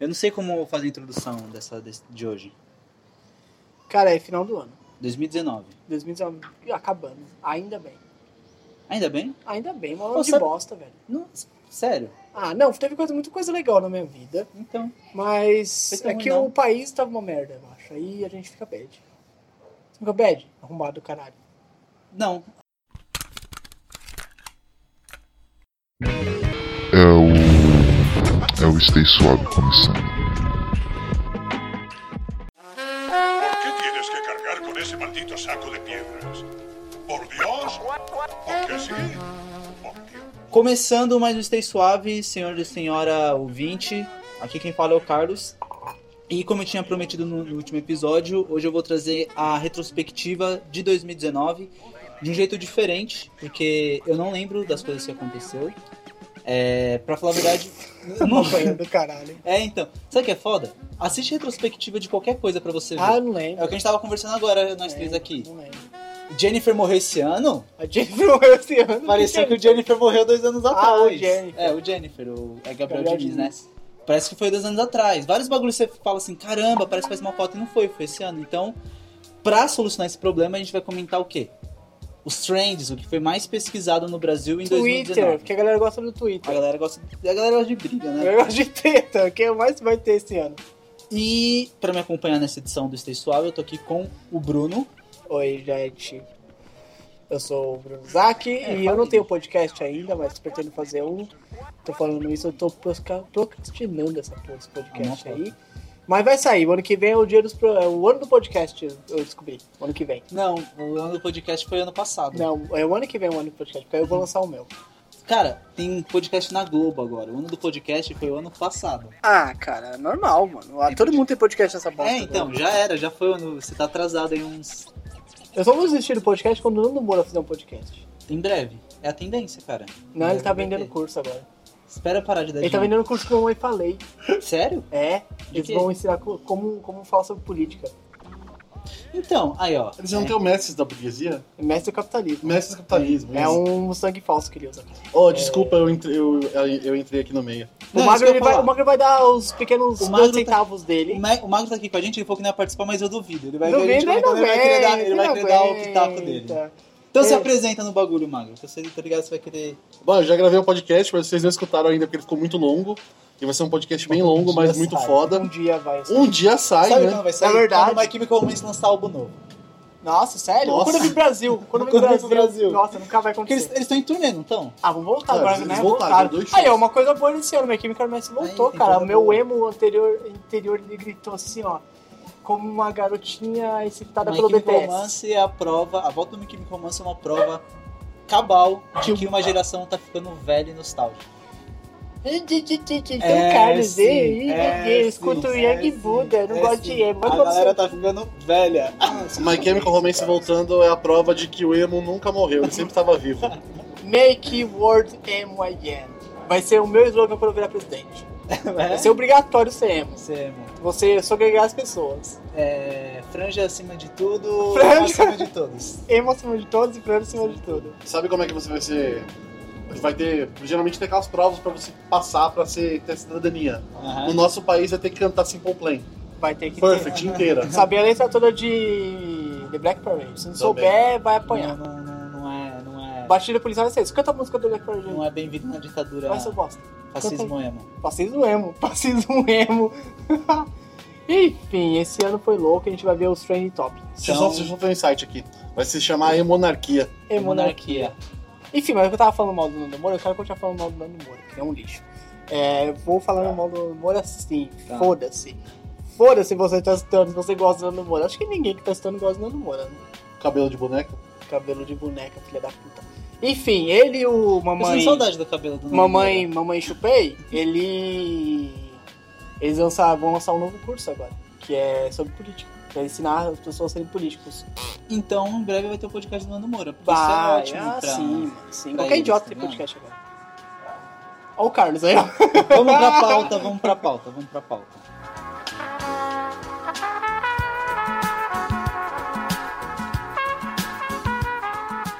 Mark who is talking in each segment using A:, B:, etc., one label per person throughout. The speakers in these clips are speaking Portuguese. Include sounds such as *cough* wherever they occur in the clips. A: Eu não sei como fazer a introdução dessa, desse- de hoje.
B: Cara, é final do ano.
A: 2019.
B: 2019 acabando. Ainda bem.
A: Ainda bem?
B: Ainda bem, uma
A: Pô,
B: ano de
A: sabe-
B: bosta, velho.
A: Não, sério.
B: Ah, não, teve coisa, muita coisa legal na minha vida,
A: Então, Foi
B: mas
A: tão
B: é
A: ruim,
B: que
A: não.
B: o país tava uma merda, eu acho. Aí a gente fica bad. Você fica bad? Arrombado do caralho.
A: não.
C: é o. É o Stay Suave começando.
D: ¿Por qué tienes que cargar con ese maldito saco de piedras? ¡Por Dios! ¿Por qué sí? ¡Por Dios!
A: Começando mais um Stay Suave, senhor e senhora ouvinte. Aqui quem fala é o Carlos. E como eu tinha prometido no, no último episódio, hoje eu vou trazer a retrospectiva de 2019 de um jeito diferente, porque eu não lembro das coisas que aconteceu. É, pra falar a verdade, *laughs* eu *laughs* não,
B: Companheiro do caralho.
A: É, então. Sabe o que é foda? Assiste retrospectiva de qualquer coisa pra você ver.
B: Ah, eu não
A: é
B: lembro. É,
A: o que a gente tava conversando agora, nós três aqui.
B: Não lembro.
A: Jennifer morreu esse ano?
B: A Jennifer morreu esse ano.
A: Parecia que o Jennifer morreu dois anos atrás.
B: é Ah, o Jennifer.
A: É, o Jennifer, o é Gabriel,
B: Gabriel
A: Diniz, né? Parece que foi dois anos atrás. Vários bagulhos você fala assim, caramba, parece que faz uma foto e não foi, foi esse ano. Então, pra solucionar esse problema, a gente vai comentar o quê? Os trends, o que foi mais pesquisado no Brasil em
B: Twitter,
A: 2019.
B: porque a galera gosta do
A: A
B: Twitter.
A: galera gosta, a galera gosta de briga, né?
B: Eu gosto de treta, que é o mais que vai ter esse ano.
A: E pra me acompanhar nessa edição do Stay Suave, eu tô aqui com o Bruno.
B: Oi, gente. Eu sou o Bruno Zac e eu
A: fala
B: não
A: aí.
B: tenho podcast ainda, mas pretendo fazer um. Tô falando isso, eu tô prosca- procrastinando essa porra desse podcast
A: Ah, não,
B: aí. Mas vai sair, o ano que vem é o dia dos pro- é o ano do podcast, eu descobri. O ano que vem.
A: Não, o ano do podcast foi ano passado.
B: Não, é o ano que vem é o ano do podcast, porque aí eu vou lançar o meu.
A: Cara, tem um podcast na Globo agora. O ano do podcast foi o ano passado.
B: Ah, cara, normal, mano. Ah,
A: Tem todo
B: mundo tem podcast nessa bosta. né?
A: é, então, já era, já foi o ano. Você tá atrasado aí uns.
B: Eu só vou desistir do podcast quando o Nando Moura fizer um podcast.
A: Em breve. É a tendência, cara.
B: Não, ele tá
A: Vai
B: vendendo
A: ter.
B: curso agora.
A: Espera parar de dar
B: Ele tá
A: dinheiro.
B: vendendo curso que eu mãe falei.
A: Sério?
B: É,
A: De
B: eles
A: quê?
B: vão ensinar co- como, como falar sobre política.
A: Então, aí ó.
E: Eles não
A: É,
E: têm o mestre da burguesia?
B: É Mestre do capitalismo.
E: Mestre do capitalismo.
B: É
E: isso.
B: um sangue falso que ele usa.
E: Oh, desculpa, eu entre- eu- eu entrei aqui no meio.
A: Não, isso
B: o,
A: que
B: Magro,
A: eu
B: ele
A: ia
B: vai,
A: falar.
B: o Magro vai dar os pequenos
A: O Magro
B: dois
A: tá-
B: centavos
A: O
B: dele.
A: Ma- o Magro tá aqui com a gente, ele falou que não ia participar, mas eu duvido. Ele vai
B: Duvido,
A: ver a gente
B: ele
A: comentando,
B: não
A: ele vai querer dar, ele vai
B: vem,
A: querer dar o
B: ele
A: pitaco
B: não
A: dele.
B: aguenta.
A: Então se
B: É.
A: apresenta no bagulho, Magro. Você tá ligado, você vai querer.
E: Bom, eu já gravei o podcast, mas vocês não escutaram ainda porque ele ficou muito longo. E vai ser um podcast bem longo, mas muito
A: sai.
E: foda.
B: Um dia vai. É
E: Um dia sai,
A: Sabe
E: né?
A: quando vai sair?
B: verdade.
A: Quando o My Chemical Romance lançar álbum novo.
B: Nossa, sério?
E: Nossa.
B: Quando eu vi Brasil. Quando eu vi
A: Quando eu vi
B: Brasil.
A: Brasil.
B: Nossa, nunca vai
A: Porque
B: acontecer.
A: eles eles estão em turnê, não estão?
B: Ah, vamos voltar
E: É,
B: agora,
E: eles
B: né?
E: voltaram,
B: Voltaram.
E: dois shows.
B: Aí, ó, uma coisa boa nesse ano, né? minha Chemical Romance voltou,
A: Aí, tem
B: cara.
A: coisa
B: O meu
A: boa.
B: emo anterior, interior ele gritou assim, ó. Como uma garotinha excitada
A: My
B: pelo
A: Chemical
B: BTS.
A: Romance é a prova, a volta do My Chemical Romance é uma prova cabal de que uma geração tá ficando velha e nostálgica.
B: Então,
A: É,
B: Carlos,
A: sim,
B: ei,
A: é,
B: ei,
A: sim,
B: escuta o
A: é,
B: Young
A: sim,
B: Buddha, não
A: é,
B: gosto
A: sim.
B: de emo.
A: A
B: Mas quando
A: galera
B: você-
A: tá ficando velha.
E: My Chemical é Romance voltando é a prova de que o emo nunca morreu, ele sempre estava vivo.
B: Make World Emo Again. Vai ser o meu slogan quando eu virar presidente.
A: *laughs* É?
B: Vai ser obrigatório ser emo.
A: Você, mano,
B: Você sogregar as pessoas.
A: é, franja acima de tudo,
B: Franja.
A: acima de todos.
B: Emo acima de todos e plano acima de tudo.
E: Sabe como é que você vai ser. Vai ter. Geralmente tem aquelas provas pra você passar pra ser ter cidadania. No
A: Aham.
E: nosso país vai ter que cantar Simple Plan.
B: Vai ter que ter.
E: Perfect, inteira.
B: Saber a letra toda de The Black Parade. Se não
E: Também.
B: souber, vai
A: Não,
B: apanhar.
A: não, não, não é, não é,
B: Batida policial vai ser isso. Canta a música do Black Parade.
A: não é bem-vindo na ditadura
B: Vai ser bosta.
A: fascismo emo.
B: Fascismo emo. *laughs* Fascismo emo. *laughs* Enfim, esse ano foi louco. A gente vai ver os Trend Topics.
E: Vocês vão, vocês vão ter um insight aqui. Vai se chamar Emonarquia.
A: É
B: Emonarquia.
A: monarquia.
B: né? Enfim, mas eu tava falando mal do Nando Moura, eu quero continuar falando mal do Nando Moura, que é um lixo. É, vou falando mal do Nando Moura sim,
A: Tá.
B: foda-se. Foda-se você tá estudando, se você gosta do Nando Moura. Acho que ninguém que tá estudando gosta do Nando Moura, né?
E: Cabelo de boneca.
B: Cabelo de boneca, filha da puta. Enfim, ele e o
A: Eu sinto
B: mamãe.
A: saudade do cabelo do Nando
B: Mamãe,
A: Moura.
B: mamãe Chupei, ele. Eles lançar, vão lançar um novo curso agora, que é sobre política. Pra ensinar as pessoas a serem políticos.
A: Então, em breve vai ter o podcast do Nando Moura. Porque
B: Vai,
A: isso é ótimo
B: ah,
A: pra...
B: sim, mano, sim.
A: pra
B: Qualquer
A: eles,
B: idiota
A: tá
B: tem
A: ligado?
B: podcast agora. Olha o Carlos aí, ó.
A: *laughs* Vamos pra pauta, vamos pra pauta, vamos pra pauta.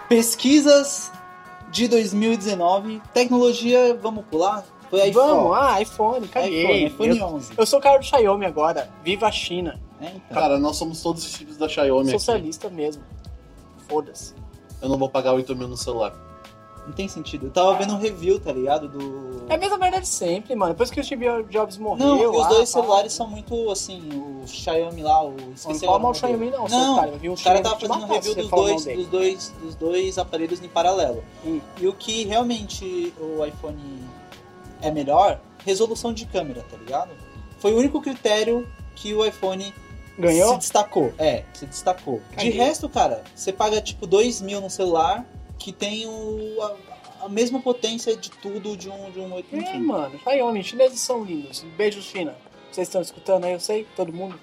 A: Pesquisas de 2019. Tecnologia, vamos pular? Foi
B: Vamos,
A: iPhone.
B: ah, iPhone,
A: iPhone,
B: caguei.
A: iPhone
B: eu,
A: 11.
B: eu sou o cara do Xiaomi agora. Viva a China.
A: É, então.
E: Cara, nós somos todos os tipos da Xiaomi. aqui.
B: Socialista mesmo. Foda-se.
E: Eu não vou pagar 8 mil
A: *laughs*
E: no celular.
A: Não tem sentido. Eu tava vendo um review, tá ligado? Do.
B: É a mesma merda de sempre, mano. Depois que o Steve Jobs morreu.
A: Não, porque os
B: ah,
A: dois
B: pá.
A: celulares são muito assim, o Xiaomi lá, o.
B: Não
A: Esqueci
B: fala mal
A: agora
B: do
A: o nome
B: Xiaomi,
A: dele.
B: não,
A: Não,
B: seu otário. Viu?
A: O cara tava fazendo um review dos dois, dos, dois, dos dois aparelhos em paralelo.
B: Hum.
A: E o que realmente o iPhone é melhor, resolução de câmera, tá ligado? Foi o único critério que o iPhone se
B: Ganhou?
A: destacou. É, se destacou.
B: Caguei.
A: De resto, cara, você paga tipo 2 mil no celular, que tem o, a, a mesma potência de tudo de um, de um oito-
B: É,
A: enfim.
B: mano. Xiaomi, chineses são lindos. Beijos, China. Vocês estão escutando aí, eu sei, todo mundo.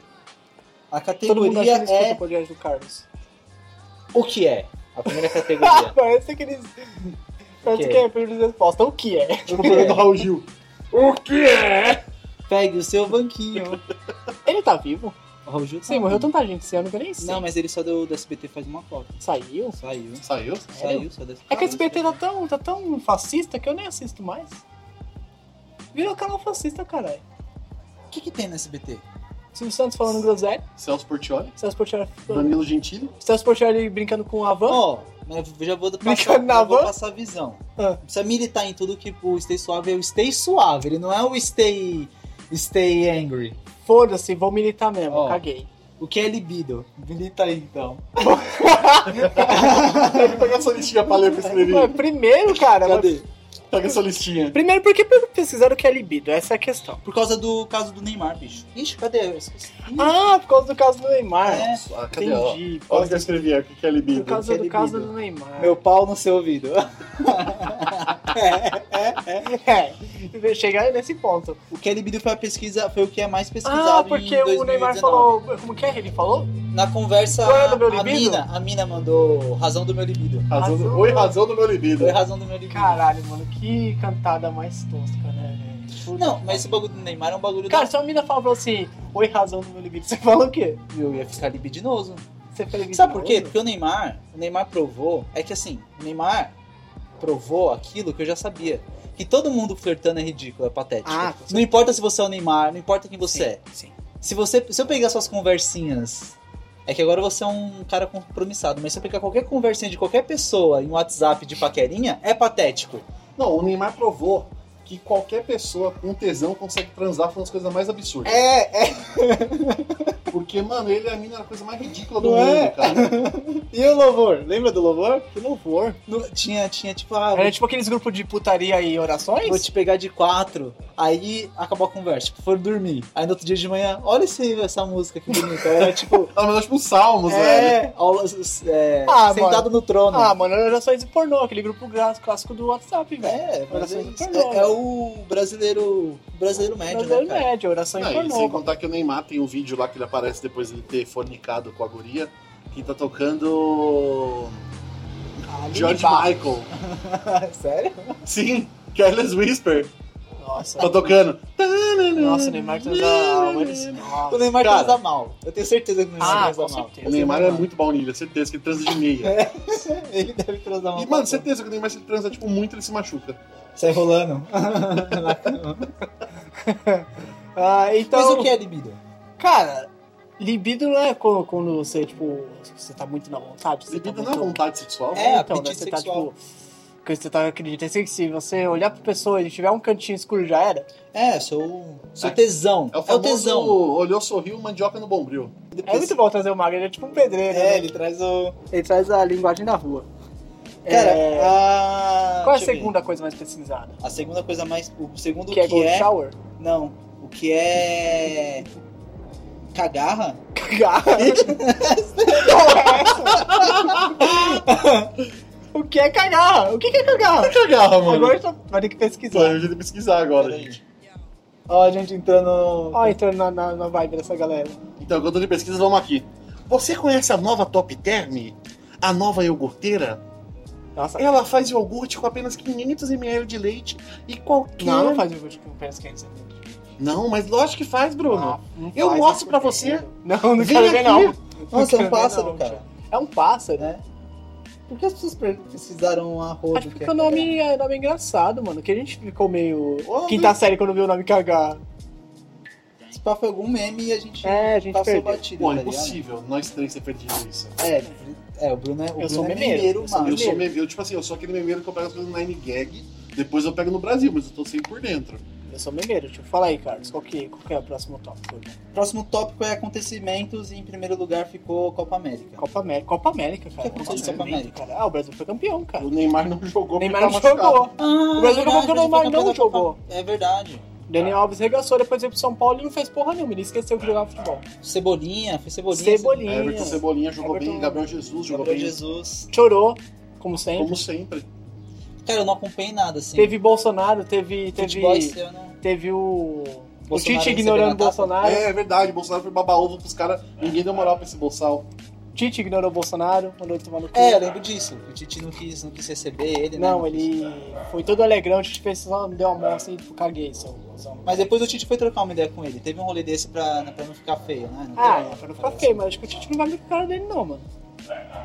A: A
B: Todo mundo
A: categoria
B: acha que escuta
A: é
B: o podcast do Carlos.
A: o que é. A primeira categoria.
B: *laughs* Parece aqueles. Parece
A: O quê?
B: que é período de resposta. O que é?
E: Tipo o programa do Raul Gil. O que é?
A: Pegue o seu banquinho.
B: Ele tá vivo?
A: O Raul Gil tá
B: Sim, morreu
A: vivo.
B: tanta gente esse ano que eu nem sei.
A: Não, mas ele só deu do SBT faz uma foto.
B: Saiu?
A: Saiu.
E: Saiu?
A: Saiu, só deu né?
B: É que esse PT tá tão, tá tão fascista que eu nem assisto mais. Virou canal fascista, caralho.
A: O que, que tem no SBT?
B: Silvio Santos falando groselha,
E: Celso Portioli?
B: Celso Portioli,
E: Danilo Gentili? *laughs*
B: Celso Portioli brincando com a van.
A: Ó, mas eu já vou passar,
B: Brincando na
A: eu vou
B: van?
A: passar a visão.
B: Ah.
A: Precisa militar em tudo que o Stay Suave é o Stay Suave, ele não é o Stay, stay Angry.
B: Foda-se, vou militar mesmo,
A: Ó.
B: caguei.
A: O que é libido? *laughs* Milita aí, então.
E: Pega essa listinha pra ler pra
B: Ué,
E: escrever.
B: é primeiro, cara,
A: Cadê?
E: Pega essa listinha.
B: primeiro porque pesquisaram o que é libido, essa é a questão.
A: Por causa do caso do Neymar, bicho. Ixi, cadê? Eu esqueci.
B: Ah, por causa do caso do Neymar.
A: É.
E: Ah, cadê? ó?
B: Entendi. Por
E: Olha o
B: causa-
E: que eu escrevi, ó, o que que é
B: Por
E: libido.
B: causa
A: que é
B: do caso
A: libido.
B: do Neymar.
A: Meu pau no seu ouvido. *laughs* é,
B: É, *laughs* chegar nesse ponto.
A: O que é libido foi a pesquisa, foi o que é mais pesquisado
B: Ah,
A: em
B: porque o Neymar
A: 2019.
B: falou. Como que é? Ele falou?
A: Na conversa,
B: Qual é do meu
A: a,
B: libido?
A: mina, a mina mandou razão do meu libido.
E: Razão do-
B: Razão.
E: Oi, razão do meu libido.
A: Foi razão do meu libido.
B: Caralho, mano, que cantada mais tosca, né, velho? Puta
A: Não,
B: que
A: mas esse bagulho do Neymar é um bagulho
B: Cara, se uma mina fala pra você, oi, razão do meu libido, *laughs* você fala o quê?
A: da... Eu ia ficar libidinoso.
B: Você fica libido
A: Sabe por quê? Porque o Neymar, o Neymar provou, é que assim, o Neymar provou aquilo que eu já sabia. Que todo mundo flertando é ridículo, é patético.
B: Ah, com certeza.
A: não importa se você é o Neymar, não importa quem você é.
B: Sim.
A: Se você, se eu pegar suas conversinhas, é que agora você é um cara compromissado, mas se eu pegar qualquer conversinha de qualquer pessoa em WhatsApp de paquerinha, é patético.
E: Não, o Neymar provou que qualquer pessoa com tesão consegue transar com as coisas mais absurdas.
A: É, é.
E: Porque, mano, ele e a mina era a coisa mais ridícula do
A: Não
E: mundo,
A: é?
E: cara.
A: E o louvor? Lembra do louvor?
B: Que louvor.
A: No- tinha, tinha tipo, ah,
B: Era tipo aqueles grupos de putaria e orações?
A: Vou te pegar de quatro. Aí acabou a conversa. Tipo, foram dormir. Aí no outro dia de manhã, olha esse, essa música que bonita. Era
E: *laughs*
A: tipo.
E: Na verdade, tipo, Salmos, velho.
A: é, aula- é,
B: Ah,
A: sentado no trono.
B: Ah, mano, era orações e pornô, aquele grupo gra- clássico do WhatsApp, velho.
A: é, mas é,
B: Orações
A: isso.
B: do pornô.
A: É- é o brasileiro. Brasileiro médio,
B: Brasileiro
A: né, cara?
B: médio, oração
E: Não,
B: em
E: e sem
B: pornô. mano.
E: contar que o Neymar tem um vídeo lá que ele aparece depois de ele ter fornicado com a guria, que tá tocando
B: Ah,
E: George
B: Barros.
E: Michael.
A: *laughs* Sério?
E: Sim, Careless Whisper.
B: Nossa,
E: Tá tocando.
B: nossa, o Neymar tá transa mulheres.
A: O
B: Nossa.
A: Neymar
E: Cara.
A: transa mal. Eu tenho certeza que o Neymar
B: Ah, com
A: transa mal.
E: O
B: certeza.
E: Neymar é muito baunilha, certeza que ele transa de meia.
A: *laughs* Ele deve transar mal.
E: E, mano, certeza que o Neymar se ele transa tipo muito, ele se machuca.
A: Sai rolando. *laughs*
B: Ah, então...
A: Mas o que é libido?
B: Cara, libido não é quando, quando você, tipo, você tá muito na vontade. Você
E: Libido
B: tá
E: não é
B: muito...
E: vontade sexual.
A: É,
B: então, né?
A: apetite
B: Você tá,
A: sexual.
B: tipo... Que você tá acreditando. Assim, que se você olhar pra pessoa e tiver um cantinho escuro, já era.
A: É, sou, sou
E: É.
A: tesão.
E: É o famoso
A: tesão.
E: olhou, sorriu, mandioca no bombril.
B: É muito bom trazer o Magro, ele é tipo um pedreiro, né?
A: É, ele traz o.
B: Ele traz a linguagem da rua.
A: Cara,
B: É,
A: a...
B: qual é a
A: deixa eu ver.
B: segunda coisa mais pesquisada?
A: A segunda coisa mais. O segundo
B: que é Gold
A: *laughs*
B: Shower?
A: Não. O que é. Cagarra?
B: Cagar. *laughs* o que é cagar? O que que é cagar?
E: Cagarra, mano.
B: Agora a gente tá- vai ter que
E: Pô,
B: pesquisar.
E: eu devia pesquisar agora,
A: Peraí.
E: gente.
A: Ó, a gente entrando.
B: Ó, entrando na, na, na vibe dessa galera.
E: Então, quando ele pesquisa, vamos aqui. Você conhece a nova Top Term? A nova iogurteira?
B: Nossa,
E: Ela faz iogurte com apenas 500ml de leite e qualquer... um.
B: não, não faz iogurte com pés quentes.
E: Não, mas lógico que faz, Bruno.
B: Ah, não
E: eu
B: faz,
E: mostro
B: não
E: pra
B: tem
E: você.
B: medo. Não, não
E: Vem
B: quero ver
E: aqui.
B: não.
A: Nossa, é
B: quero
A: um
B: ver,
A: pássaro,
B: não,
A: cara.
B: É um pássaro?
A: É. Por que as pessoas pre- precisaram a rodo?
B: Acho
A: que
B: porque
A: é-
B: o nome é, nome é engraçado, mano. Que a gente ficou meio.
E: Ô,
B: Quinta série quando viu o nome cagado.
A: Esse pá foi algum meme e a gente
B: É, a gente
A: passou
B: perdeu.
A: batido.
E: Pô,
A: tá
E: impossível nós três ter perdido isso.
A: ligado? É, é, o Bruno é, o
B: Eu
A: Bruno
B: sou
A: é
B: memeiro,
A: memeiro,
B: eu sou
A: mano.
E: eu sou meme, eu, tipo assim, eu sou aquele memeiro que eu pego as coisas no 9 gag, depois eu pego no Brasil, mas eu tô sempre por dentro.
B: Eu sou memeiro, tipo, fala aí, Carlos, qual que, qual que é o próximo tópico?
A: Próximo tópico é acontecimentos e em primeiro lugar ficou Copa América.
B: Copa América, Copa América, cara.
A: O que aconteceu
B: Nossa,
A: com a
B: é América,
A: América?
B: cara. Ah, o Brasil foi campeão, cara.
E: O Neymar não jogou
B: O Neymar
E: porque
B: não
E: tá machucado.
B: jogou.
A: Ah,
B: O Brasil
A: é verdade, o Brasil
B: jogou bem, mas
A: foi campeão
B: não
A: da Copa-
B: jogou.
A: É verdade.
B: Daniel Alves regaçou, depois veio pro São Paulo e não fez porra nenhuma. Ele esqueceu que jogava futebol.
A: Cebolinha, foi Cebolinha.
B: Cebolinha.
E: É, Everton Cebolinha jogou
B: Everton-
E: bem, Gabriel Jesus jogou
A: Gabriel
E: bem,
A: Jesus.
B: Chorou, como sempre.
E: como sempre.
A: Cara, eu não acompanhei nada, assim.
B: Teve Bolsonaro, teve. Teve,
A: Futebol, esse eu não...
B: teve o. O
A: Bolsonaro
B: Tite
A: recebendo
B: ignorando
A: a
B: o
A: tapa.
B: Bolsonaro.
E: É, é verdade, o Bolsonaro foi babar ovo pros caras, ninguém deu moral pra esse bolsal.
B: Tite ignorou o Bolsonaro, mandou ele tomar no cu.
A: É, eu lembro disso. O Titi não quis, não quis receber ele, né?
B: Não,
A: quis.
B: ele foi todo alegrão, o Tite fez só me deu uma mão assim, tipo, caguei, seu cuzão.
A: Mas depois o Tite foi trocar uma ideia com ele. Teve um rolê desse pra, pra não ficar feio, né? Não
B: Ah,
A: teve? Assim.
B: é, pra não ficar feio, mas acho que o Tite não vai ver com a cara dele, não, mano.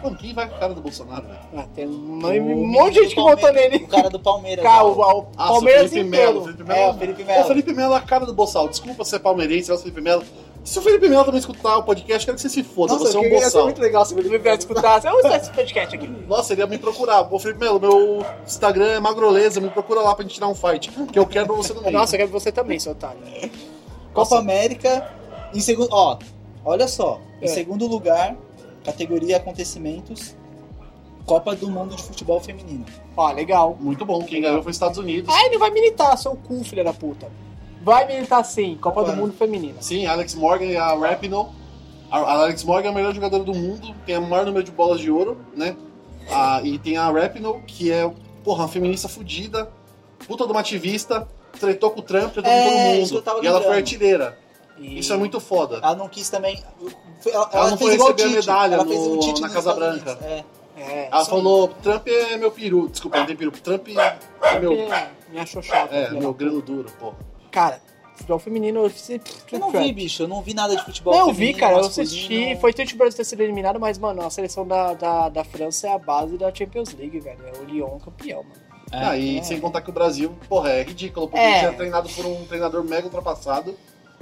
E: Mano, quem vai com a cara do Bolsonaro, velho?
B: Ah, tem um
A: O
B: monte de gente que
A: menino do
B: votou
A: Palmeiras- *laughs*
B: nele.
A: O cara do
B: *laughs*
A: Palmeiras.
B: Cara,
A: lá,
B: o, o
E: Ah,
B: Palmeiras
E: seu Felipe Melo,
B: inteiro.
E: Felipe
A: É, o
E: Melo.
A: Felipe
E: Ô,
A: Melo.
E: O Felipe Melo é a cara do Bossal. Desculpa ser palmeirense, você é o Felipe Melo. Se o Felipe Melo também escutar o podcast, quero que você se foda, você é um Bossal.
B: legal se o Felipe Melo escutasse. Vamos usar esse podcast aqui.
E: Nossa, ele ia me procurar. Ô, Felipe Melo, meu Instagram é magroleza, me procura lá pra gente tirar um fight. Que eu quero você no meio.
B: É, Nossa, eu quero você também, seu otário.
A: Copa América. Em segundo. Ó, olha só. Em
B: É.
A: segundo lugar, categoria acontecimentos. Copa do Mundo de Futebol Feminino.
B: Ó, legal.
E: muito bom. Quem ganhou foi os Estados Unidos.
B: Ah, ele vai militar, seu cu, filha da puta. Vai militar sim, Copa
A: Vai.
B: do Mundo Feminina.
E: Sim, Alex Morgan e a Rapinoe. A a Alex Morgan é a melhor jogadora do mundo, tem o maior número de bolas de ouro, né? Ah, e tem a Rapinoe, que é, porra, uma feminista fodida, puta de uma ativista, tretou com o Trump, tretou
A: É,
E: com todo mundo.
A: isso que eu tava
E: e ela
A: lembrando.
E: foi artilheira.
B: E-
E: Isso é muito
B: Ah,
E: foda.
A: Ela não quis também. Ela,
E: Ela não
A: fez
E: foi
A: igual o
E: receber a
A: Tite.
E: medalha
A: ela fez
E: no-
A: o Tite
E: na
A: nos
E: Casa
A: Estados
E: Branca.
A: Unidos. É.
B: É,
E: Ela
B: sim.
E: falou, Trump é meu peru. Desculpa, não tem peru. Trump é meu.
B: Me achou chato.
E: É,
B: né?
E: meu grano duro, porra.
B: Cara, futebol feminino, eu fiz.
A: Eu não vi, bicho. Eu não vi nada de futebol.
B: Não, eu vi,
A: feminino,
B: cara, eu
A: masculino.
B: assisti. Foi triste o Brasil ter sido eliminado, mas, mano, a seleção da, da, da França é a base da Champions League, velho. É o Lyon campeão, mano.
A: É.
E: Ah, e sem contar que o Brasil, porra, é ridículo, porque
B: É.
E: é treinado por um treinador mega ultrapassado.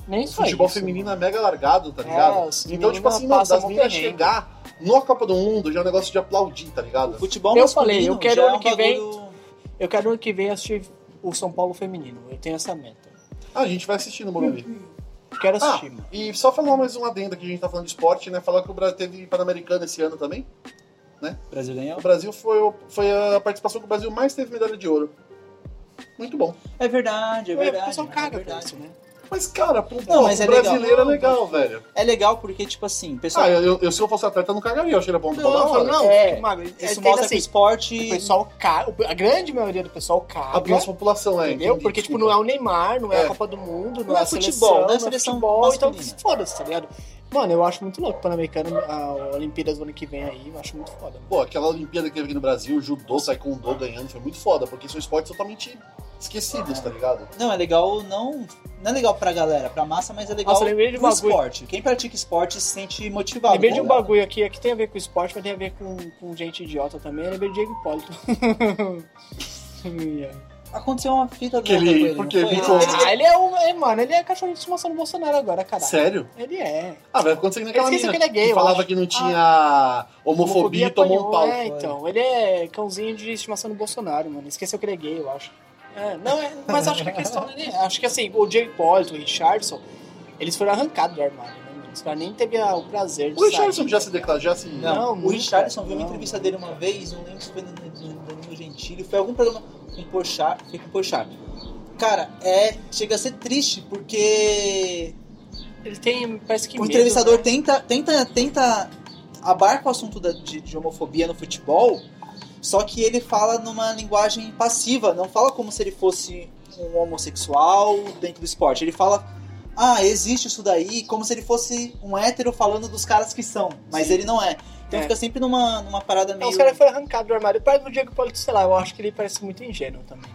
B: Nem
E: O
B: isso
E: futebol
B: é isso,
E: feminino é mega largado, tá
B: É,
E: ligado?
B: os
E: então, tipo
B: meninas
E: assim, mano,
B: passam
E: das
B: mó
E: meninas
B: perrengue.
E: chegar na Copa do Mundo já é um negócio de aplaudir, tá ligado?
A: Futebol
B: Eu
A: masculino
B: falei, eu quero
A: já é
B: ano
A: um
B: que vem-
A: bagulho-
B: mano. Eu quero ano que vem assistir o São Paulo feminino. Eu tenho essa meta.
E: Ah, a gente vai assistir no Morumbi.
B: Eu quero
E: Ah,
B: assistir, mano.
E: e só falar mais um adendo aqui, a gente tá falando de esporte, né? Falar que o Brasil teve Pan-Americano esse ano também.
A: Brasil
E: O
A: ganhou.
E: Brasil foi, o- foi a participação que o Brasil mais teve medalha de ouro. Muito bom.
A: É verdade, é verdade.
B: o pessoal
A: é
B: caga por
A: verdade.
B: isso, né?
E: Mas, cara, pro,
A: Não, mas
E: pro
A: é legal.
E: brasileiro é legal, velho.
A: É legal porque, tipo assim, o pessoal.
E: Ah, eu, eu- se eu fosse atleta, eu não cagaria, eu cheiro a bomba
B: é Não,
E: toda hora.
B: não,
A: É,
B: que magro. É,
A: isso
B: tem
A: mostra que o
B: assim,
A: esporte.
B: o pessoal caga, a grande maioria do pessoal
E: A
B: caga,
E: nossa população é.
B: entendeu?
E: entendi,
B: Porque, tipo,
E: desculpa.
B: não é o Neymar, não é,
E: É.
B: a Copa do Mundo, não,
A: Não
B: é
A: é
B: a
A: futebol,
B: seleção,
A: não é
B: não é
A: seleção
B: futebol, então
A: masculina.
B: foda-se, tá ligado? Mano, eu acho muito louco o Pan-Americano, a Olimpíadas do ano que vem aí, eu acho muito foda.
E: Pô, aquela Olimpíada que teve aqui no Brasil, judô, taekwondo ganhando, foi muito foda, porque são esportes totalmente esquecidos, tá ligado?
A: Não, é legal não. Não é legal pra galera, pra massa, mas é legal
B: Nossa, lembrei de um
A: pro
B: bagulho.
A: esporte. Quem pratica esporte se sente motivado.
B: Lembrei de
A: tá
B: um
A: ligado?
B: bagulho aqui, aqui tem a ver com esporte, mas tem a ver com, com gente idiota também, eu lembrei de Diego Hipólito. *laughs*
A: Aconteceu uma fita louca
E: Que ele-
A: com ele,
E: porque
A: não foi?
E: ele
A: Não,
E: ficou-
B: ah, ele é um, é, mano, ele é cachorro de estimação do Bolsonaro agora, caralho.
E: Sério?
B: Ele é.
E: Ah, vai acontecer naquela
B: Eu esqueci
E: mina
B: que ele é gay, eu
E: falava
B: acho.
E: que não tinha homofobia e tomou um pau.
B: apanhou, É, então, ele é cãozinho de estimação do Bolsonaro, mano. Esqueceu que ele é gay, eu acho. É, não, é, mas acho que a questão não é nem- Acho que assim, o Jay Hipólito, o Richardson, eles foram arrancados do armário, né? mano? Os caras nem teve a- o prazer de
E: O Richardson
B: sair.
E: já se declarou, já se...
A: Não,
B: Não,
A: o
B: nunca,
A: Richardson viu uma
B: não,
A: entrevista
B: não.
A: dele uma vez, não lembro se foi no no- no- no Gentili, foi algum programa com o Porchat, foi com o Porchat. Cara, é, chega a ser triste, porque
B: Ele tem, parece que.
A: o
B: medo,
A: entrevistador
B: né?
A: tenta, tenta, tenta abarca o assunto da- de, de homofobia no futebol, só que ele fala numa linguagem passiva, não fala como se ele fosse um homossexual dentro do esporte. Ele fala, ah, existe isso daí, como se ele fosse um hétero falando dos caras que são, mas ele não é. Então
B: É.
A: fica sempre numa, numa parada
B: Então,
A: meio.
B: os caras foram arrancados do armário. Parece o Diego Hipólito, sei lá, eu acho que ele parece muito ingênuo também.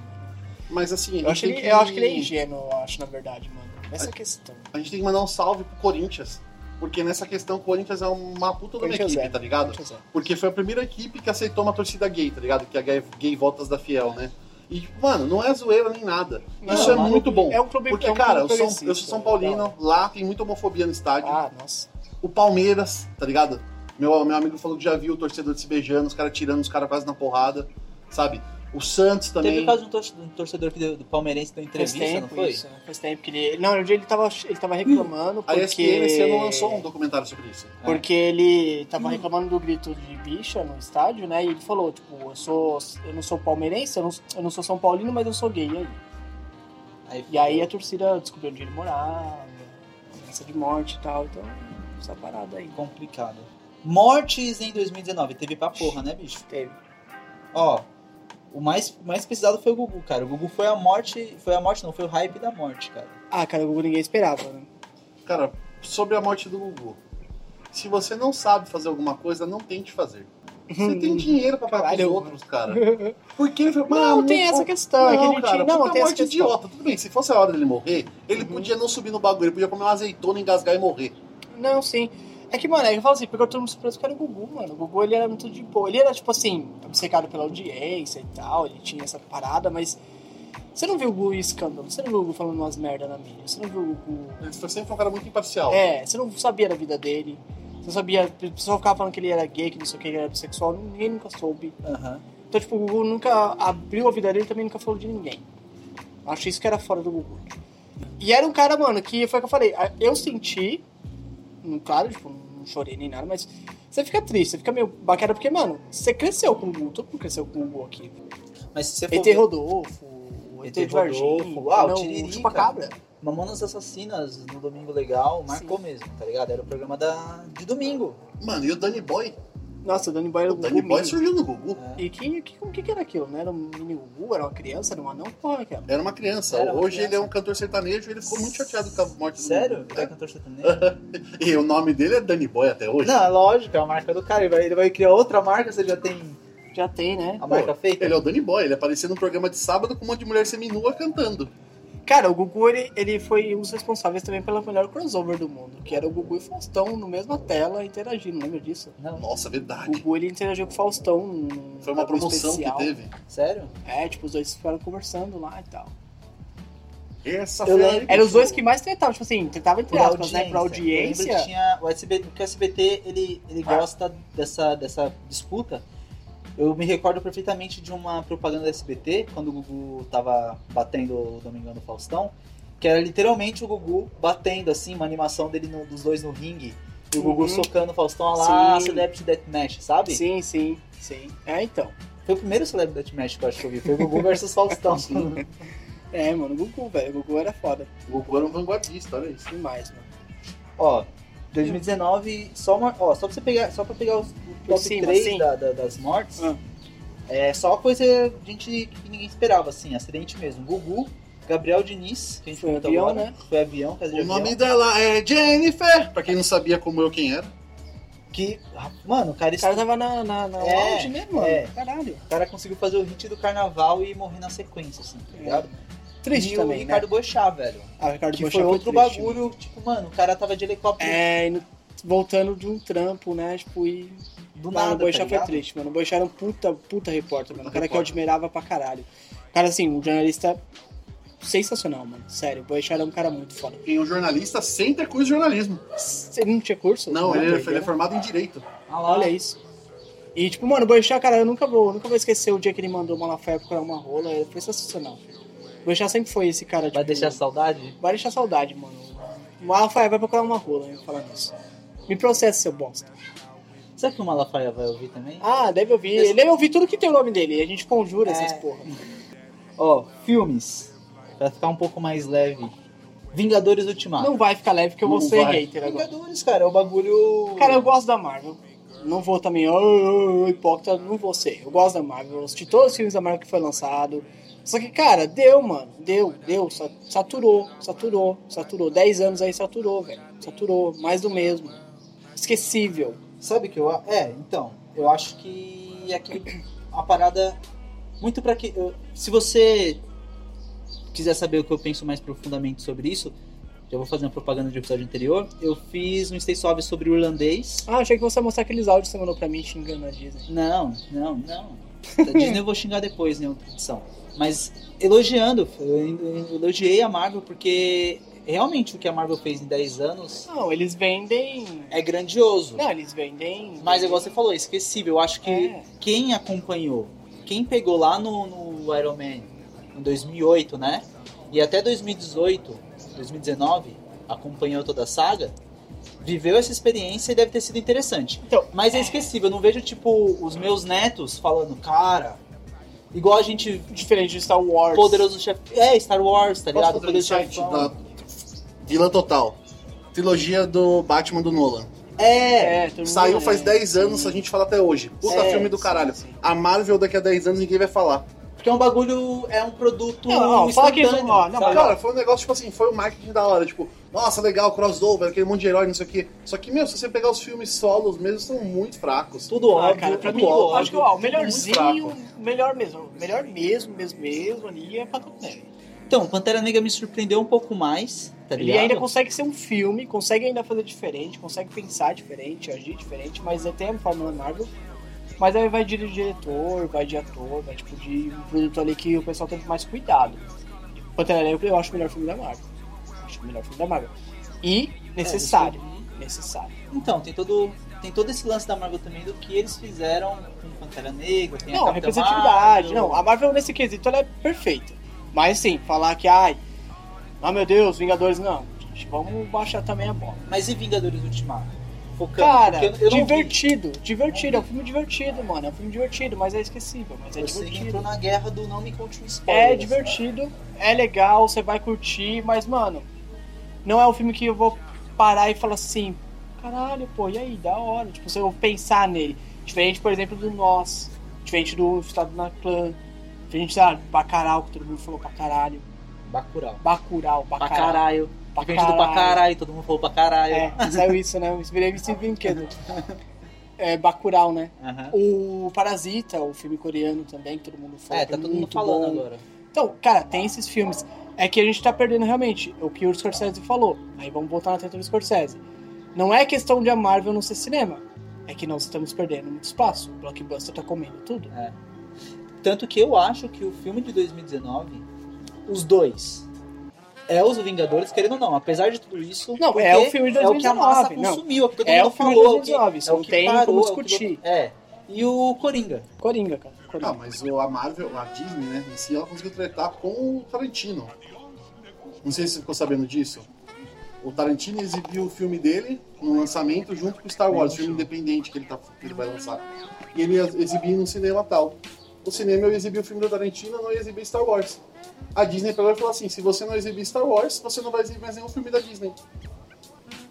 E: Mas assim,
B: Eu
E: a
B: acho, que
E: gente
B: ele,
E: tem
B: eu acho que ele é ingênuo, eu acho, na verdade, mano. Essa é a questão.
E: A gente tem que mandar um salve pro Corinthians. Porque nessa questão o Corinthians é uma puta de uma
B: Corinthians
E: equipe,
B: é.
E: tá ligado?
B: Pois é.
E: Porque foi a primeira equipe que aceitou uma torcida gay, tá ligado? Que é a gay, gay Voltas da Fiel, né? E, mano, não é zoeira nem nada.
B: Não,
E: Isso é
B: mano,
E: muito bom.
B: É um clube
E: Porque,
B: é um
E: cara, eu
B: clube
E: sou,
B: progressista,
E: eu sou São
B: né?
E: Paulino, lá tem muita homofobia no estádio.
B: Ah, nossa.
E: O Palmeiras, tá ligado? Meu, meu amigo falou que já viu o torcedor se beijando, os caras tirando os caras quase na porrada, sabe? O Santos também.
A: Teve o caso de um tor- de um torcedor que deu, do Palmeirense deu
B: Faz
A: entrevista,
B: tempo
A: não foi?
B: isso. né? Faz tempo que ele... Não, um dia ele tava, ele tava reclamando
E: A
B: porque...
E: ESPN esse ano lançou um documentário sobre isso.
B: Porque ele tava reclamando do grito de bicha no estádio, né? E ele falou, tipo, eu, sou, eu não sou palmeirense, eu não, eu não sou São Paulino, mas eu sou gay e aí. E aí a torcida descobriu onde ele morava, ameaça de morte e tal, então essa parada aí.
A: Complicado. Mortes em 2019. Teve pra porra, né, bicho?
B: Teve.
A: Ó, o mais, o mais pesquisado foi o Gugu, cara. O Gugu foi a morte. Foi a morte, não, foi o hype da morte, cara.
B: Ah, cara, o Gugu ninguém esperava, né?
E: Cara, sobre a morte do Gugu. Se você não sabe fazer alguma coisa, não tente fazer.
B: *laughs*
E: Você tem dinheiro pra pagar pros
B: Caralho.
E: outros,
B: *laughs*
E: cara. Por que ele foi-
B: Não,
E: Mano,
B: tem essa
E: pô,
B: questão, é que a
E: Não,
B: gente-
E: cara,
B: não,
E: puta
B: tem essa
E: morte
B: questão. Uhum.
E: idiota. Tudo bem, se fosse a hora dele morrer, ele podia não subir no bagulho, ele podia comer uma azeitona, engasgar e morrer.
B: Não, sim. É que, mano, é que eu falo assim, pegou todo mundo surpreso que era o Gugu, mano. O Gugu, ele era muito de boa. Ele era, tipo assim, obcecado pela audiência e tal, ele tinha essa parada, mas... Você não viu o Gugu em escândalo, você não viu o Gugu falando umas merda na mídia, você não viu o Gugu...
E: Ele foi sempre um cara muito imparcial.
B: É, você não sabia da vida dele, você não sabia... O pessoal ficava falando que ele era gay, que não sei o que, que ele era bissexual, ninguém nunca soube.
A: Aham.
B: Então, tipo, o Gugu nunca abriu a vida dele e também nunca falou de ninguém. Eu Achei isso que era fora do Gugu. E era um cara, mano, que foi o que eu falei. a- Eu senti, não- claro, tipo, não chorei nem nada, mas você fica triste, você fica meio bacana, porque, mano, você cresceu com o Gugu, todo mundo cresceu com o Gugu aqui.
A: Mas se você for.
B: E.T. Rodolfo, E.T.
A: E.T. Rodolfo,
B: Rodolfo,
A: ah, o
B: não,
A: Tiririca.
B: o Chupacabra.
A: Mamonas Assassinas no Domingo Legal marcou mesmo, tá ligado? Era o programa da, de domingo.
E: Mano, e o Danny Boy?
B: Nossa, o Danny Boy era
E: O
B: o
E: Danny
B: Gugu
E: Boy
B: mesmo.
E: surgiu no Gugu.
B: E que, que, o que que era aquilo, né? Era um mini Gugu, era uma criança, era um anão, porra, que era.
E: Era uma criança.
A: Era uma
E: Hoje
A: criança.
E: ele é um cantor sertanejo e ele ficou muito chateado com a morte do
A: Sério?
E: Gugu. né?
A: É cantor
E: *laughs*
A: sertanejo?
E: E o nome dele é Danny Boy até hoje.
A: Não, é lógico, é a marca do cara. Ele vai, ele vai criar outra marca, você já tem
B: Já tem, né?
A: a marca feita.
E: Ele é o Danny Boy, ele aparecia num programa de sábado com um monte de mulher seminua cantando.
B: Cara, o Gugu ele, ele foi um dos responsáveis também pelo melhor crossover do mundo, que era o Gugu e Faustão no mesma tela interagindo, lembra disso?
A: Não,
E: Nossa,
B: O
E: verdade.
B: Gugu ele interagiu com o Faustão. num
E: Foi
B: programa
E: uma promoção
B: especial.
E: que teve.
A: sério?
B: É, tipo, os dois ficaram conversando lá e tal.
E: Essa
A: Eu
E: foi a
A: lembro-
B: Eram os dois que mais tretavam, tipo assim, tretavam entre
A: Pra
B: aspas, né? Pra
A: Eu lembro que
B: audiência.
A: tinha o SBT, porque o SBT ele, ele
B: Ah.
A: gosta dessa, dessa disputa. Eu me recordo perfeitamente de uma propaganda do SBT, quando o Gugu tava batendo o Domingão do Faustão, que era literalmente o Gugu batendo, assim, uma animação dele no- dos dois no ringue. E o Gugu
B: Uhum.
A: socando o Faustão olha lá,
B: Sim.
A: Celebrity Deathmatch, sabe?
B: Sim, sim, sim. É, então.
A: Foi o primeiro Celebrity Deathmatch que eu acho que eu vi, foi o Gugu versus
B: *laughs*
A: Faustão.
B: É, mano, o Gugu, velho. O Gugu era foda.
E: O Goku era um vanguardista, olha isso.
B: Demais, mano.
A: Ó, 2019, só, uma, ó, só pra você pegar, só pra pegar os o
B: Por
A: top
B: cima, assim?
A: 3
B: sim.
A: da- da- das mortes,
B: Ah.
A: é só coisa gente que ninguém esperava, assim, acidente mesmo. Gugu, Gabriel Diniz, que a gente
B: Foi
A: comentou
B: avião,
A: agora,
B: né?
A: foi avião, casa de
E: O
A: avião,
E: nome dela é Jennifer! Pra quem não sabia como eu quem era.
A: que, ah, mano, o cara,
B: O cara tava na, na, na
A: É,
B: auge, né, mano?
A: é.
B: Caralho.
A: o cara conseguiu fazer o hit do carnaval e morrer na sequência, assim, tá ligado?
B: É. Triste
A: e o
B: também, né?
A: Ricardo Boechat, velho,
B: Ah, o Ricardo
A: que
B: Boechat
A: foi outro
B: triste, mano.
A: bagulho, tipo, mano, o cara tava de helicóptero
B: É, e no- voltando de um trampo, né? Tipo, e.
A: do
B: mano,
A: nada,
B: o Boixá
A: tá
B: foi
A: ligado?
B: triste, mano. O Boixá era um puta, puta repórter, mano. Um
E: Puta
B: cara que eu
E: repórter.
B: admirava pra caralho. Cara, assim, um jornalista sensacional, mano. Sério, o Boixá era um cara muito foda.
E: E um jornalista sem ter curso de jornalismo.
B: Ele não tinha curso?
E: Não, ele, ele é
B: era?
E: formado em direito.
A: Ah lá,
B: Olha isso. E, tipo, mano, o Boixá, cara, eu nunca vou, nunca vou esquecer o dia que ele mandou uma Lafayette procurar uma rola. Ele foi sensacional. O Boixá sempre foi esse cara,
A: vai
B: tipo,
A: deixar saudade?
B: Vai deixar saudade, mano. O Malafaia vai procurar uma rola, hein, falando isso. Me processa, seu bosta.
A: Será que o Malafaia vai ouvir também?
B: Ah, deve ouvir. Ele deve ouvir tudo que tem o nome dele. A gente conjura essas porra.
A: Ó, filmes. Pra ficar um pouco mais leve. Vingadores Ultimato.
B: Não vai ficar leve, porque eu vou
E: Não
B: ser
E: vai.
B: hater agora.
A: Vingadores, cara, é o bagulho.
B: Cara, eu gosto da Marvel. Não vou também, oh, oh, oh, hipócrita, não vou ser. Eu gosto da Marvel, eu assisti todos os filmes da Marvel que foi lançado. Só que, cara, deu, mano. Deu, deu. sa- Saturou, saturou, saturou. 10 anos aí saturou, velho. Saturou, mais do mesmo. Esquecível.
A: Sabe que eu. a- É, então. Eu acho que aqui a parada. Muito pra que. eu- Se você quiser saber o que eu penso mais profundamente sobre isso, eu vou fazer uma propaganda de episódio anterior, eu fiz um Stay Suave sobre o irlandês.
B: Ah, achei que você ia mostrar aqueles áudios que você mandou pra mim xingando a Disney.
A: Não, não, não. Da Disney eu vou xingar depois em outra edição. Mas elogiando, eu elogiei a Marvel porque realmente o que a Marvel fez em 10 anos
B: Não, eles vendem.
A: é grandioso.
B: Não, eles vendem.
A: Mas igual você falou, é esquecível. Eu acho que
B: É.
A: quem acompanhou, quem pegou lá no, no Iron Man em 2008, né? E até 2018, 2019, acompanhou toda a saga, viveu essa experiência e deve ter sido interessante.
B: Então,
A: Mas é esquecível, eu não vejo, tipo, os meus netos falando, cara, igual a gente...
B: diferente de Star Wars.
A: Poderoso chefe. É, Star Wars, tá
E: Posso
A: ligado?
E: fazer um
A: Poderoso
E: site
A: chefão.
E: da Vilã Total. Trilogia do Batman do Nolan.
A: É,
B: É, todo mundo-
E: Saiu faz
B: é.
E: 10 anos, a gente fala até hoje. Puta
A: É,
E: filme do
A: sim,
E: caralho.
A: sim.
E: A Marvel daqui a 10 anos ninguém vai falar.
A: porque é um bagulho, é um produto
B: Não, não, fala que-
A: instantâneo,
B: ó, não,
A: sabe?
B: mas-
E: Cara, foi um negócio, tipo assim, foi um marketing da hora. Tipo, nossa, legal, crossover, aquele monte de herói, não sei o quê. Só que, meu, se você pegar os filmes solos mesmo, são muito fracos.
A: Tudo
B: Ah,
A: óbvio,
B: cara, pra
A: tudo
B: mim,
A: óbvio.
B: eu acho que ó, o
E: muito
B: melhorzinho, melhor mesmo, melhor mesmo, mesmo, mesmo ali é Pantera Negra.
A: Então, Pantera Negra me surpreendeu um pouco mais, tá ligado?
B: Ele ainda consegue ser um filme, consegue ainda fazer diferente, consegue pensar diferente, agir diferente, mas é, tem a fórmula Marvel. Mas aí vai de diretor, vai de ator, vai tipo de um produto ali que o pessoal tem mais cuidado. Pantera Negra eu acho o melhor filme da Marvel. Acho o melhor filme da Marvel. E necessário, necessário.
A: Então, tem todo, tem todo esse lance da Marvel também do que eles fizeram com Pantera Negra, tem
B: não,
A: a
B: a
A: Capitã
B: representatividade.
A: Marvel.
B: Não, a Marvel nesse quesito ela é perfeita. Mas assim, falar que, ai, ah meu Deus, Vingadores, não. Gente, vamos baixar também a bola.
A: Mas e Vingadores Ultimato? Focando,
B: Cara,
A: porque eu, eu não vi.
B: divertido, divertido. É
A: Não
B: um filme divertido, mano. É um filme divertido, mas é esquecível, mas é
A: Você entrou
B: divertido.
A: na guerra do não me conte um spoiler.
B: É divertido, é legal, você vai curtir, mas, mano, não é um filme que eu vou parar e falar assim, caralho, pô, e aí, da hora. Tipo, se eu pensar nele. Diferente, por exemplo, do Nós. Diferente do Estado na Clã. Diferente, sabe, Bacurau, que todo mundo falou pra caralho.
A: Bacurau.
B: Bacurau,
A: Pra
B: Bacurau.
A: caralho.
B: Pra
A: Depende do pra caralho, todo mundo falou pra caralho.
B: É, saiu isso, né? Eu virei vestido de brinquedo. É, Bacurau, né?
A: Aham.
B: O Parasita, o filme coreano também, que todo mundo fala.
A: É,
B: que
A: tá todo mundo
B: muito
A: falando
B: bom.
A: agora.
B: Então, cara, tem esses filmes. É que a gente tá perdendo realmente o que o Scorsese falou. Aí vamos voltar na teta do Scorsese. Não é questão de a Marvel não ser cinema. É que nós estamos perdendo muito espaço. O blockbuster tá comendo tudo.
A: Tanto que eu acho que o filme de 2019, os dois, é os Vingadores, querendo ou não, apesar de tudo isso.
B: Não,
A: porque
B: é o filme de
A: É o que a massa
B: 2019, não.
A: consumiu, é o que todo
B: É
A: mundo
B: o filme de
A: falou. é o que-
B: 2019, isso
A: é o
B: não
A: que
B: tem
A: parou,
B: como
A: é o que-
B: discutir.
A: É. E o Coringa.
B: Coringa, cara. Coringa.
E: Ah, mas o- a Marvel, a Disney, né, em si, ela conseguiu tretar com o Tarantino. Não sei se você ficou sabendo disso. O Tarantino exibiu o filme dele no lançamento junto com o Star Wars, filme independente que ele, tá, que ele vai lançar. E ele ia exibir no cinema tal. O cinema eu exibi o filme do Tarantino, eu não ia exibir Star Wars. A Disney pegou e falou assim: se você não exibir Star Wars, você não vai exibir mais nenhum filme da Disney.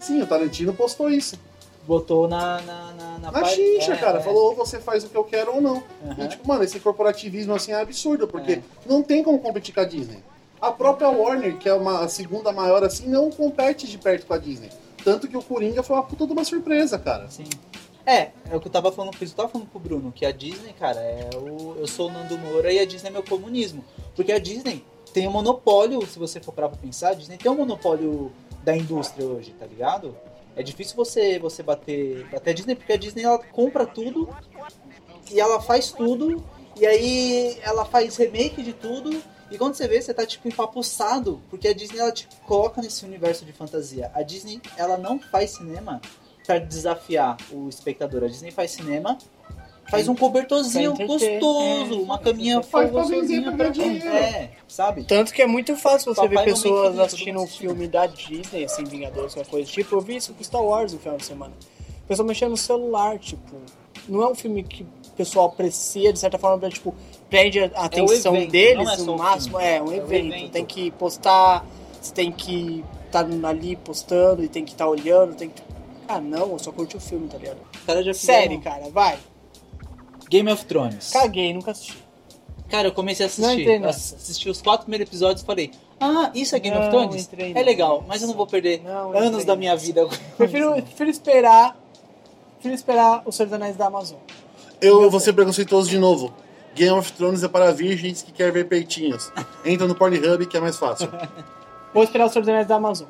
E: Sim, o Tarantino postou isso.
A: Botou na. Na, na, na
E: Na
A: pare-
E: xincha,
A: é,
E: cara.
A: é.
E: Falou, ou você faz o que eu quero ou não.
A: Aham.
E: E, tipo, mano, esse corporativismo assim é absurdo, porque
A: É.
E: não tem como competir com a Disney. A própria Warner, que é uma a segunda maior assim, não compete de perto com a Disney. Tanto que o Coringa foi uma puta de uma surpresa, cara.
A: Sim. É, é o que eu tava falando pro, eu tava falando pro Bruno, que a Disney, cara, é o, eu sou o Nando Moura e a Disney é meu comunismo. Porque a Disney tem um monopólio, se você for parar pra pensar, a Disney tem um monopólio da indústria hoje, tá ligado? É difícil você, você bater, bater a Disney, porque a Disney ela compra tudo e ela faz tudo, e aí ela faz remake de tudo, e quando você vê, você tá tipo empapuçado, porque a Disney ela te coloca nesse universo de fantasia. A Disney ela não faz cinema pra desafiar o espectador. A Disney faz cinema, faz um cobertorzinho
B: Pra entreter.
A: gostoso,
B: É,
A: uma
B: pra
A: caminha
B: entreter.
E: Faz pra
A: gostosinha
E: vender, pra ganhar dinheiro.
A: É, sabe?
B: Tanto que é muito fácil você
A: Papai
B: ver
A: Mamãe Querida,
B: pessoas
A: todo
B: assistindo
A: mundo
B: um filme da Disney, assim, Vingadores, qualquer coisa. do Tipo, eu vi isso com Star Wars no final de semana. O pessoal mexendo no celular, tipo. Não é um filme que o pessoal aprecia, de certa forma, pra, tipo, prende a atenção
A: evento,
B: deles
A: não é só
B: no
A: o
B: máximo.
A: filme.
B: É, um
A: É o
B: evento.
A: evento.
B: Tem que postar, você tem que estar ali postando, e tem que estar olhando, tem que. Ah, não, eu só curti o filme, tá ligado?
A: O cara já fizeram
B: Série, cara, vai.
A: Game of Thrones.
B: Caguei, nunca assisti.
A: Cara, eu comecei a
B: Não
A: assistir.
B: entrei
A: Eu
B: nessa.
A: assisti os quatro primeiros episódios e falei, ah, isso é Game
B: Não
A: of Thrones?
B: entrei
A: É
B: nessa.
A: legal, mas eu não vou perder
B: Não
A: anos
B: entrei
A: da minha
B: nessa.
A: vida.
B: Prefiro, prefiro esperar. Prefiro esperar os Senhor dos Anéis da Amazon.
E: Eu vou ser preconceituoso de novo. Game of Thrones é para virgens que querem ver peitinhos. Entra no Pornhub que é mais fácil.
B: Vou esperar os Senhor dos Anéis da Amazon.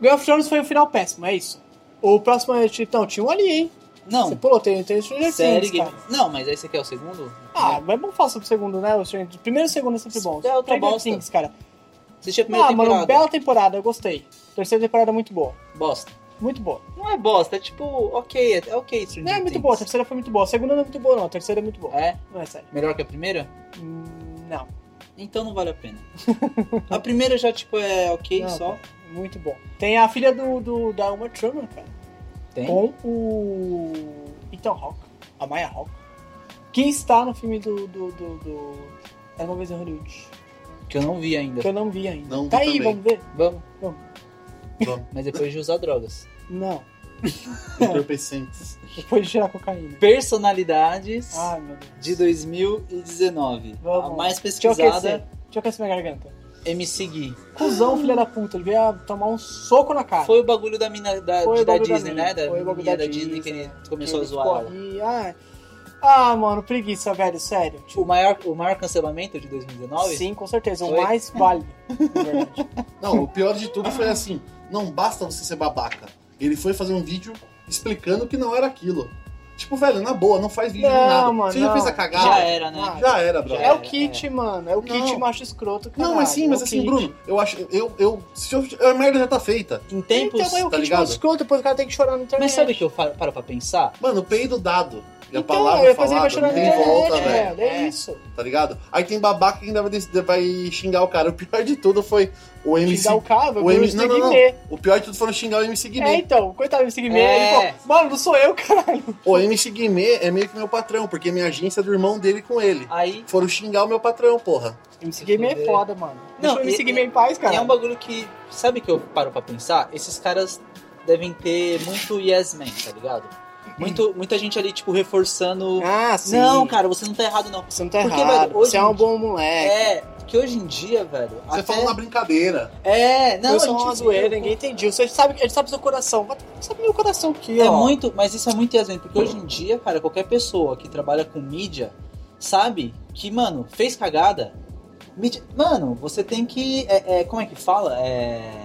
B: Game of Thrones foi um final péssimo, é isso. O próximo é tipo, não, tinha um ali, hein? Você
A: Não,
B: pulou, tem, tem Stranger
A: série.
B: Things,
A: Game...
B: cara.
A: Não, mas esse aqui é o segundo?
B: Ah, mas vamos falar sobre o segundo, né? O Stranger- primeiro e o segundo é sempre bom.
A: É, outra
B: Stranger
A: bosta.
B: Things, cara.
A: Assisti É. a primeira
B: Ah,
A: temporada.
B: mano, bela temporada, eu gostei. Terceira temporada é muito boa.
A: Bosta.
B: Muito boa.
A: Não é bosta, é tipo, ok, é é ok Stranger
B: Não é muito
A: Things.
B: boa, a terceira foi muito boa. A segunda não é muito boa, não. A terceira é muito boa.
A: É?
B: Não é sério.
A: Melhor que a primeira?
B: Hum, Não.
A: Então não vale a
B: *laughs*
A: pena. a primeira já, tipo, é ok
B: Não,
A: só.
B: Muito bom. Tem a filha do, do- da Uma Thurman, cara.
A: Tem.
B: Com o Ethan Hawke, a Maya Hawke, que está no filme do... do, do, do... Era uma vez em Hollywood,
A: Que eu não vi ainda.
B: que eu não vi ainda.
E: Não vi
B: tá aí,
E: também.
B: vamos ver?
A: Vamos.
B: Vamos.
E: *laughs* Vamos.
A: Mas depois de usar drogas.
B: Não,
E: Entorpecentes.
B: depois de tirar cocaína.
A: Personalidades
B: Ai, meu Deus.
A: de 2019.
B: Ah, Vamos.
A: A mais
B: Deixa eu aquecer,
A: pesquisada,
B: deixa eu aquecer minha garganta.
A: MC Gui.
B: Cusão, filha da puta, ele veio tomar um soco na cara.
A: Ah. Foi o bagulho da mina da,
B: Foi o
A: da
B: bagulho da
A: Disney,
B: mina.
A: né? Da
B: Foi o bagulho
A: menina
B: da
A: da Disney, que
B: Disney,
A: ele começou a
B: Ele
A: zoar
B: ficou
A: ela.
B: ali, ah, ah, mano, preguiça, velho, sério. Tipo,
A: O maior, o maior cancelamento de 2019?
B: Sim, com certeza.
A: Foi?
B: O mais válido, na verdade.
E: Não, o pior de tudo foi assim: não basta você ser babaca. Ele foi fazer um vídeo explicando que não era aquilo. Tipo, velho, na boa, não faz vídeo de
B: Não,
E: nada.
B: mano,
E: você já
B: não.
E: fez a
A: Já
E: cagada?
A: era, né?
B: Ah,
E: Já era, brother.
A: Já
B: É
A: era,
B: o é kit, mano. É o kit
E: Não.
B: macho escroto, cara.
E: Não, mas sim, mas assim, Bruno, eu acho. Eu, eu, se eu, a merda já tá feita.
A: Em
B: Tempos,
A: tempos.
B: então é o
E: tá
B: kit
E: ligado?
B: macho escroto, depois o cara tem que chorar na internet.
A: Mas sabe o que eu fa- paro pra pensar?
E: Mano, o peido dado. E a
B: Então,
E: palavra é
B: depois ele vai
E: falada,
B: chorar
E: não
B: na
E: tem
B: internet,
E: volta, velho.
B: velho. É,
A: É.
B: isso.
E: Tá ligado? Aí tem babaca que ainda vai, des- vai xingar o cara. O pior de tudo foi o MC.
B: Xingar o cara,
E: O
B: o MC
E: MC, não, não, não.
B: Guimê.
E: O pior de tudo foram xingar o MC
B: É,
E: Guimê.
B: então, coitado do MC Guimê.
A: É.
B: Ele falou, mano, não sou eu, caralho.
E: O MC Guimê é meio que meu patrão, porque minha agência é do irmão dele com ele.
A: Aí.
E: Foram xingar o meu patrão, porra.
B: MC Guimê é
A: Foder.
B: foda, mano. Deixa
A: Não,
B: o MC
A: e-
B: Guimê em paz, cara.
A: É um bagulho que. Sabe o que eu paro pra pensar? Esses caras devem ter muito yes man, tá ligado? Muito, muita gente ali, tipo, reforçando.
B: Ah,
A: não, cara, você não tá errado, não.
B: Você não tá
A: Porque,
B: errado.
A: velho, hoje
B: você é
A: em
B: um
A: dia-
B: bom moleque.
A: É, que hoje em dia, velho.
E: Você
A: até-
E: falou na brincadeira.
A: É, não,
B: eu
A: a
B: sou
A: gente
B: uma
A: fica-
B: zoeira, ninguém entendiu. Você sabe, ele sabe seu coração. Mas Você sabe meu coração aqui,
A: É
B: ó.
A: muito, mas isso é muito yes man, porque hoje em dia, cara, qualquer pessoa que trabalha com mídia sabe que, mano, fez cagada. mídia- Mano, você tem que. é- é, como é que fala? É.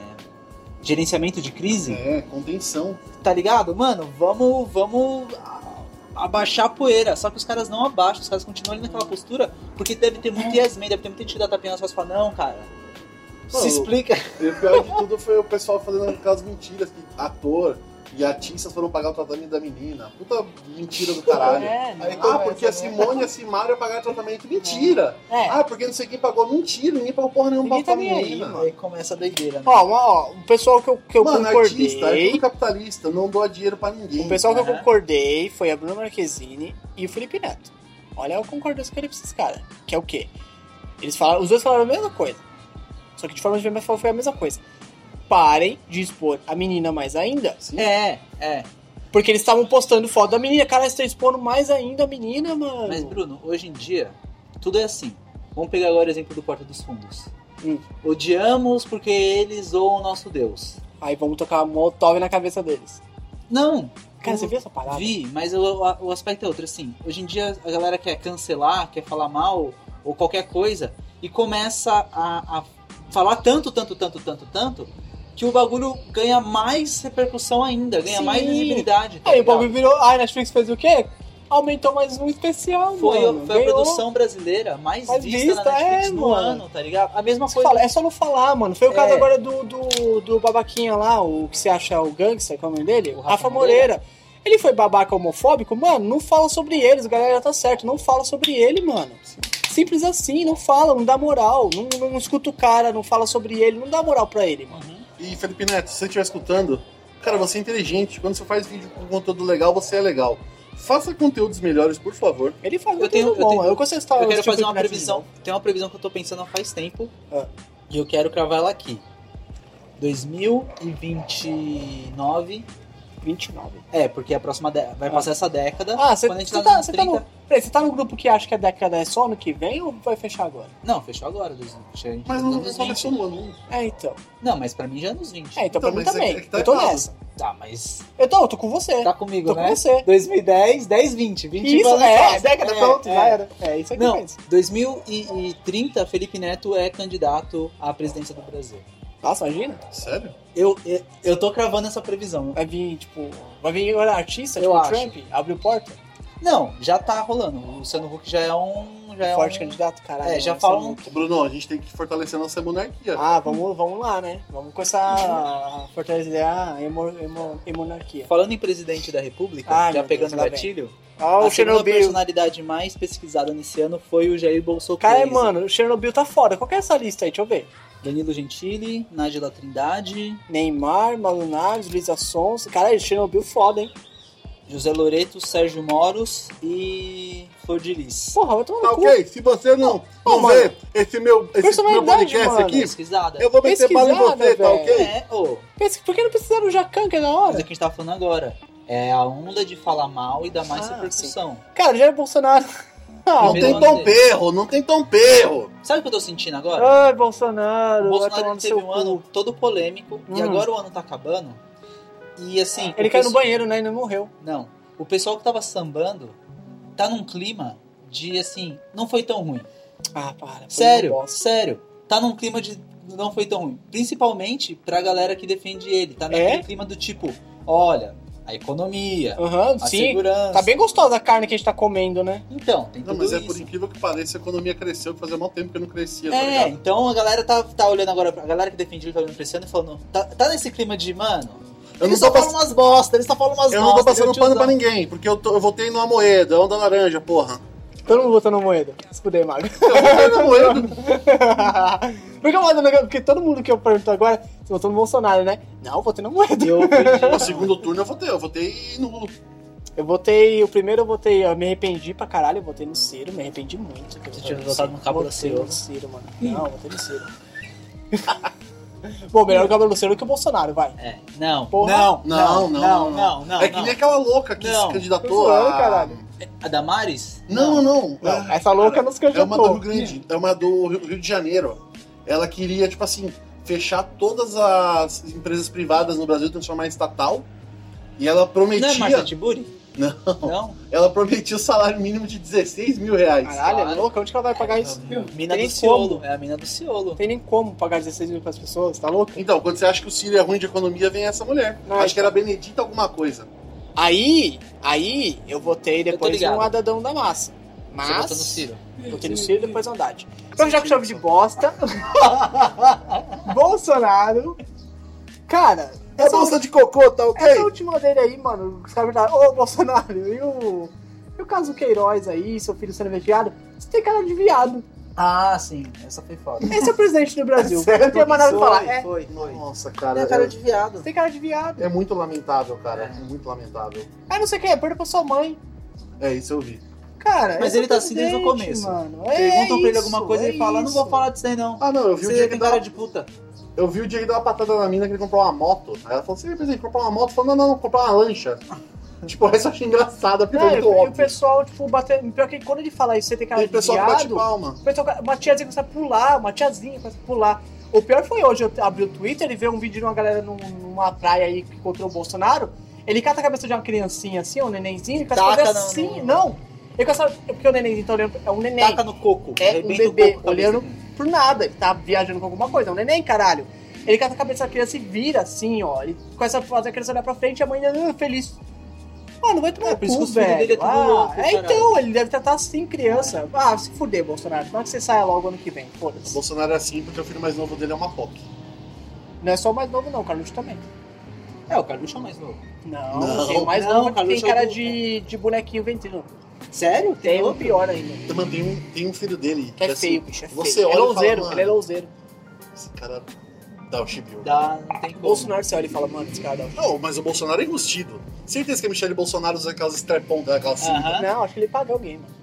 A: Gerenciamento de crise?
E: É, contenção.
A: tá ligado? Mano, vamos, vamos a- abaixar a poeira. Só que os caras não abaixam, os caras continuam ali naquela postura, porque deve ter muito Yasmin, deve ter muita gente que dá tapinha nas costas e fala, não, cara.
E: Pô,
A: Se explica.
E: E o pior de tudo foi o pessoal fazendo aquelas mentiras que ator e artistas foram pagar o tratamento da menina. Puta mentira do caralho.
B: É, não,
E: Aí,
B: não,
E: ah, porque a
B: essa não é.
E: Simone e a Simária pagaram tratamento. Mentira!
B: É.
E: Ah, porque não sei quem pagou. Mentira, ninguém pagou porra nenhuma
B: Ninguém
E: pra
B: tá nem
E: menina.
B: aí, mano.
A: Aí começa a doideira, né?
B: Ó, uma- ó, o pessoal que eu, que eu
E: Mano,
B: concordei.
E: artista, é tudo capitalista, não doa dinheiro pra ninguém.
B: O pessoal que eu
A: Uhum.
B: concordei foi a Bruna Marquezine e o Felipe Neto. Olha a concordância que eu dei pra esses caras. Que é o quê? Eles falaram, os dois falaram a mesma coisa. Só que de forma diferente, mas foi a mesma coisa. Parem de expor a menina mais ainda.
E: Sim.
A: É, é.
B: Porque eles estavam postando foto da menina. Cara, eles estão expondo mais ainda a menina, mano.
A: Mas, Bruno, hoje em dia, tudo é assim. Vamos pegar agora o exemplo do Porta dos Fundos.
B: Hum.
A: Odiamos porque eles ou o nosso Deus.
B: Aí vamos tocar molotov na cabeça deles.
A: Não,
B: Cara,
A: Eu
B: você viu essa parada?
A: Vi, mas o, a- o aspecto é outro, assim. Hoje em dia a galera quer cancelar, quer falar mal ou qualquer coisa e começa a, a falar tanto, tanto, tanto, tanto, tanto que o bagulho ganha mais repercussão ainda, ganha
B: Sim.
A: mais visibilidade. tá
B: Aí o
A: ligado?
B: bagulho virou. Ai, a Netflix fez o quê? Aumentou mais um especial,
A: foi,
B: mano.
A: foi a
B: Ganhou.
A: produção brasileira mais,
B: Mais
A: vista,
B: vista,
A: na Netflix
B: é,
A: no
B: mano.
A: ano, tá ligado? A mesma
B: Você
A: coisa.
B: fala, é só não falar, mano. Foi o caso
A: É.
B: agora do, do, do babaquinha lá, o que você acha o gangster, qual é o nome dele?
A: O Rafa
B: Rafa, Moreira. Ele foi babaca homofóbico, mano, não fala sobre eles, galera tá certo, não fala sobre ele, mano. Simples assim, não fala, não dá moral, não, não escuta o cara, não fala sobre ele, não dá moral pra ele, mano.
A: Uhum.
E: E Felipe Neto, se você estiver escutando, cara, você é inteligente. Quando você faz vídeo com conteúdo legal, você é legal. Faça conteúdos melhores, por favor.
B: Ele faz
A: Eu
B: muito
A: tenho- eu
B: bom,
A: tenho-
B: eu consigo estar
A: Eu quero
B: assistindo
A: fazer uma
B: Felipe Neto de
A: previsão.
B: novo.
A: Tem uma previsão que eu tô pensando há faz tempo.
B: Ah.
A: E eu quero cravar ela aqui. 2029
B: 29.
A: É, porque a próxima dé- vai
B: Ah.
A: passar essa década.
B: Ah, você
A: quando a gente
B: você
A: tá
B: tá,
A: nos
B: você tá no.
A: 30.
B: Peraí, você tá no grupo que acha que a década é só ano que vem ou vai fechar agora?
A: Não, fechou agora. Dos, a gente
E: Mas
A: tá
B: Uhum.
E: não
A: nos
E: não
A: 20.
E: começou no um ano. né?
B: É, então.
A: Não, mas pra mim já é nos 20.
B: É, então, pra
E: Então,
B: mim
E: mas é
B: também.
E: que- é que tá
B: eu tô
E: errado.
B: nessa.
A: Tá, mas
B: Eu tô, eu tô com você.
A: tá comigo,
B: Tô com
A: né?
B: você.
A: 2010, 10, 20. 20
B: Isso,
A: vai
B: é,
A: lançar.
B: é, década,
A: É,
B: pronto,
A: é.
B: já era. É isso aqui
A: Não,
B: mesmo.
A: 2030, Felipe Neto é candidato à presidência do Brasil.
B: Nossa, imagina.
E: Sério?
A: Eu, eu, eu tô cravando essa previsão.
B: Vai vir, tipo. Vai vir agora artista,
A: Eu
B: tipo
A: acho.
B: Trump, abriu porta.
A: Não, já tá rolando. O Luciano Huck já é um. Já é
B: Forte
A: um...
B: candidato, caralho.
A: É, já
B: vai ser
A: falam-
B: muito.
E: Bruno, a gente tem que fortalecer nossa monarquia.
B: Ah, vamos, vamos lá, né? Vamos começar a fortalecer a emo, emo, monarquia.
A: Falando em presidente da República,
B: Ai,
A: já
B: Ah, meu Deus,
A: pegando o
B: lá vem.
A: gatilho,
B: Ó,
A: a
B: o
A: segunda
B: Chernobyl.
A: personalidade mais pesquisada nesse ano foi o Jair Bolsonaro.
B: Cara, é, mano, o Chernobyl tá foda. Qual que é essa lista aí? Deixa eu ver.
A: Danilo Gentili, Nájila Trindade,
B: Neymar, Malunares, Luiz Sons. Caralho, Chernobyl foda, hein?
A: José Loreto, Sérgio Moros e Flor de Lis.
B: Porra, vai tomar
E: Tá
B: no cu.
E: ok, se você não,
B: Ô,
E: não
B: mano.
E: vê esse meu, esse meu
B: Personalidade,
E: podcast
B: mano.
E: aqui,
A: Pesquisada.
E: eu vou meter bala em
B: Pesquisada,
E: você, tá
B: velho.
E: ok?
A: É, ô.
B: Pensa, por que não precisaram do Jacan, que é da
A: Mas é
B: hora?
A: o que a gente tava falando agora. É a onda de falar mal e dar mais
B: Ah,
A: repercussão.
B: Cara, já é Bolsonaro. *laughs*
E: Não
B: Ah,
A: Primeiro
E: tem
A: ano
E: tão
A: dele.
E: perro, não tem tão perro.
A: Sabe o que eu tô sentindo agora?
B: Ai,
A: o
B: Bolsonaro, vai tomar
A: Bolsonaro
B: no
A: teve
B: seu
A: um
B: cu.
A: ano todo polêmico e
B: Hum.
A: agora o ano tá acabando. E assim.
B: Ele
A: o
B: caiu no
A: pessoal-
B: banheiro, né? E não morreu.
A: Não. O pessoal que tava sambando tá num clima de assim, não foi tão ruim.
B: Ah, para. foi
A: Sério,
B: uma bosta.
A: sério. Tá num clima de não foi tão ruim. Principalmente pra galera que defende ele. Tá naquele
B: É?
A: clima do tipo, olha, a economia,
B: Aham,
A: a
B: sim.
A: segurança.
B: Tá bem gostosa a carne que a gente tá comendo, né?
A: Então, tem
E: Não,
A: tudo
E: mas é
A: isso.
E: por incrível que pareça, a economia cresceu, que fazia mal tempo que não crescia, tá
A: É,
E: ligado?
A: então a galera tá, tá olhando agora, a galera que defende ele tá olhando pra esse ano e falando, tá, tá nesse clima de, mano,
E: Eu assim, não
A: eles
E: tô
A: só
E: passando.
A: falam umas bosta, eles só falam umas
E: Eu não
A: bosta.
E: tô passando
A: ele é um
E: pano pra
A: tiozão.
E: ninguém, porque eu, tô, eu votei numa moeda, onda laranja, porra.
B: Todo mundo votando moeda. Se puder, Mago. *laughs*
E: Eu votei na moeda.
B: Porque, eu voto na- porque todo mundo que eu pergunto agora, você votou no Bolsonaro, né? Não, eu votei na moeda. Eu,
E: No segundo turno eu votei, eu votei no Lula.
B: votei, o primeiro eu votei, eu me arrependi pra caralho, eu votei no Ciro, me arrependi muito.
A: Você tinha votado no Cabo da
B: Ciro.
A: Ciolo.
B: no Ciro, mano. Não, eu votei no Ciro. *laughs* Bom, melhor o Cabo do Ciro que o Bolsonaro, vai.
A: É, não,
B: Porra.
A: não,
E: Não, não,
A: não, não, não,
E: é que
A: não.
E: nem aquela louca que
A: Não.
E: se
B: Tô
E: candidatou
B: zoando,
E: a...
B: caralho.
A: A Damares?
E: Não, não.
B: Não,
E: Ah,
B: essa louca não se
E: É uma do Rio
B: candidatou.
E: Grande, é uma do Rio Rio de Janeiro. Ela queria, tipo assim, fechar todas as empresas privadas no Brasil, transformar em estatal. E ela
A: Não é Marta
E: prometia.
A: Tiburi?
E: Não,
A: Não?
B: tipo-
E: ela prometia o salário mínimo de 16 mil reais.
B: Caralho, é
A: Claro.
B: louca? Onde que ela vai pagar isso?
A: Mina
B: Tem
A: do
B: nem
A: Ciolo. É a mina do Ciolo.
B: Não tem nem como pagar 16 mil pras pessoas, tá louco?
E: Então, quando você acha que o Ciro é ruim de economia, vem essa mulher.
B: Não,
E: Acho que era Benedita alguma coisa.
B: Aí, aí eu votei depois
A: ligado.
B: no Adadão da Massa. Mas.
A: Você votou no Ciro.
B: Votei no Ciro e depois no Haddad. Então já que chove de bosta. *laughs* Bolsonaro. Cara, essa,
E: É de cocô, tá ok?
B: essa última dele aí, mano, os caras perguntaram, ô Bolsonaro, e o. E o caso Queiroz aí, seu filho sendo viado, você tem cara de viado.
A: Ah, sim. Essa foi foda.
B: Esse é o presidente
A: *laughs*
B: do Brasil.
E: Sério?
B: Não tem mais nada pra falar. É,
A: Foi, foi.
E: Nossa, cara.
A: É cara de viado.
B: você tem cara de viado.
E: é- é muito lamentável, cara.
A: É.
E: É muito lamentável.
B: Ah, não sei o que, perda pra sua mãe.
E: É isso eu vi.
B: Cara,
A: Mas
B: esse é
A: ele
B: o
A: tá assim desde o
B: presidente,
A: começo.
B: Mano.
A: Perguntam
B: é
A: pra ele
B: isso,
A: alguma coisa e
B: é
A: ele fala, não vou
B: isso.
A: falar disso aí não.
E: Ah, não, eu vi o
A: Você
E: dia que
A: tem
E: ele dava-
A: cara de puta.
E: Eu vi o dia que deu uma patada na mina que ele comprou uma moto. Aí ela falou assim, mas ele comprou uma moto? Eu falei, não, não, comprar uma lancha. *laughs* tipo, essa eu achei engraçada, porque
B: Não,
E: é
B: e
E: muito
B: o
E: óbvio.
B: pessoal, tipo, bater. Pior que quando ele fala isso, você tem cara
E: Tem
B: de
E: pessoal que bate
B: viado.
E: palma.
B: o pessoal- Uma tiazinha começa a pular, uma tiazinha começa a pular. O pior foi hoje, eu abri o Twitter e vi um vídeo de uma galera num- numa praia aí que encontrou o Bolsonaro. Ele cata a cabeça de uma criancinha assim, um nenenzinho, e começa a
A: Taca
B: fazer
A: no-
B: assim,
A: no-
B: não. Ele começa a- é Porque o nenenzinho tá olhando. É um neném.
A: Taca no coco.
B: É um
A: arrebenta o
B: bebê
A: coco com a
B: olhando
A: cabeça.
B: por nada. Ele tá viajando com alguma coisa. É um neném, caralho. Ele cata a cabeça da criança e vira assim, ó. Ele começa a fazer a criança olhar pra frente e a mãe ah, feliz. Ah, Mano, vai tomar
A: É,
B: cu,
A: por isso que os filhos
B: velho.
A: dele é tudo
B: ah,
A: louco,
B: é,
A: caralho.
B: então, ele deve tratar assim criança. Ah, se fuder, Bolsonaro. Como é que você saia logo ano que vem?
E: O
B: Foda-se.
E: Bolsonaro é assim porque o filho mais novo dele é uma POC.
B: Não é só o mais novo, não. O Carluxo também.
A: É, o Carluxo é o mais novo.
B: Não,
E: Não.
B: tem o mais
A: Não, o
B: novo. que Tem
A: Carluxo é
B: cara
A: do-
B: de, de bonequinho ventrilo.
A: Sério?
B: Tem um
A: outro?
B: pior ainda.
E: Mano, tem um, tem um filho dele.
B: Que é
E: assim,
B: feio, bicho. É feio.
E: Você
B: é
E: olha e fala,
B: louzeiro.
E: mano,
B: Ele é louzeiro.
E: Esse cara dá o chibio.
A: Dá, não tem como.
B: Bolsonaro, você olha e fala, mano, esse cara dá um
E: Não, mas o Bolsonaro é enrustido. Certeza que a Michelle Bolsonaro usa aquelas strapon daquela assim.
A: Aham.
B: Não, acho que ele pagou alguém, mano.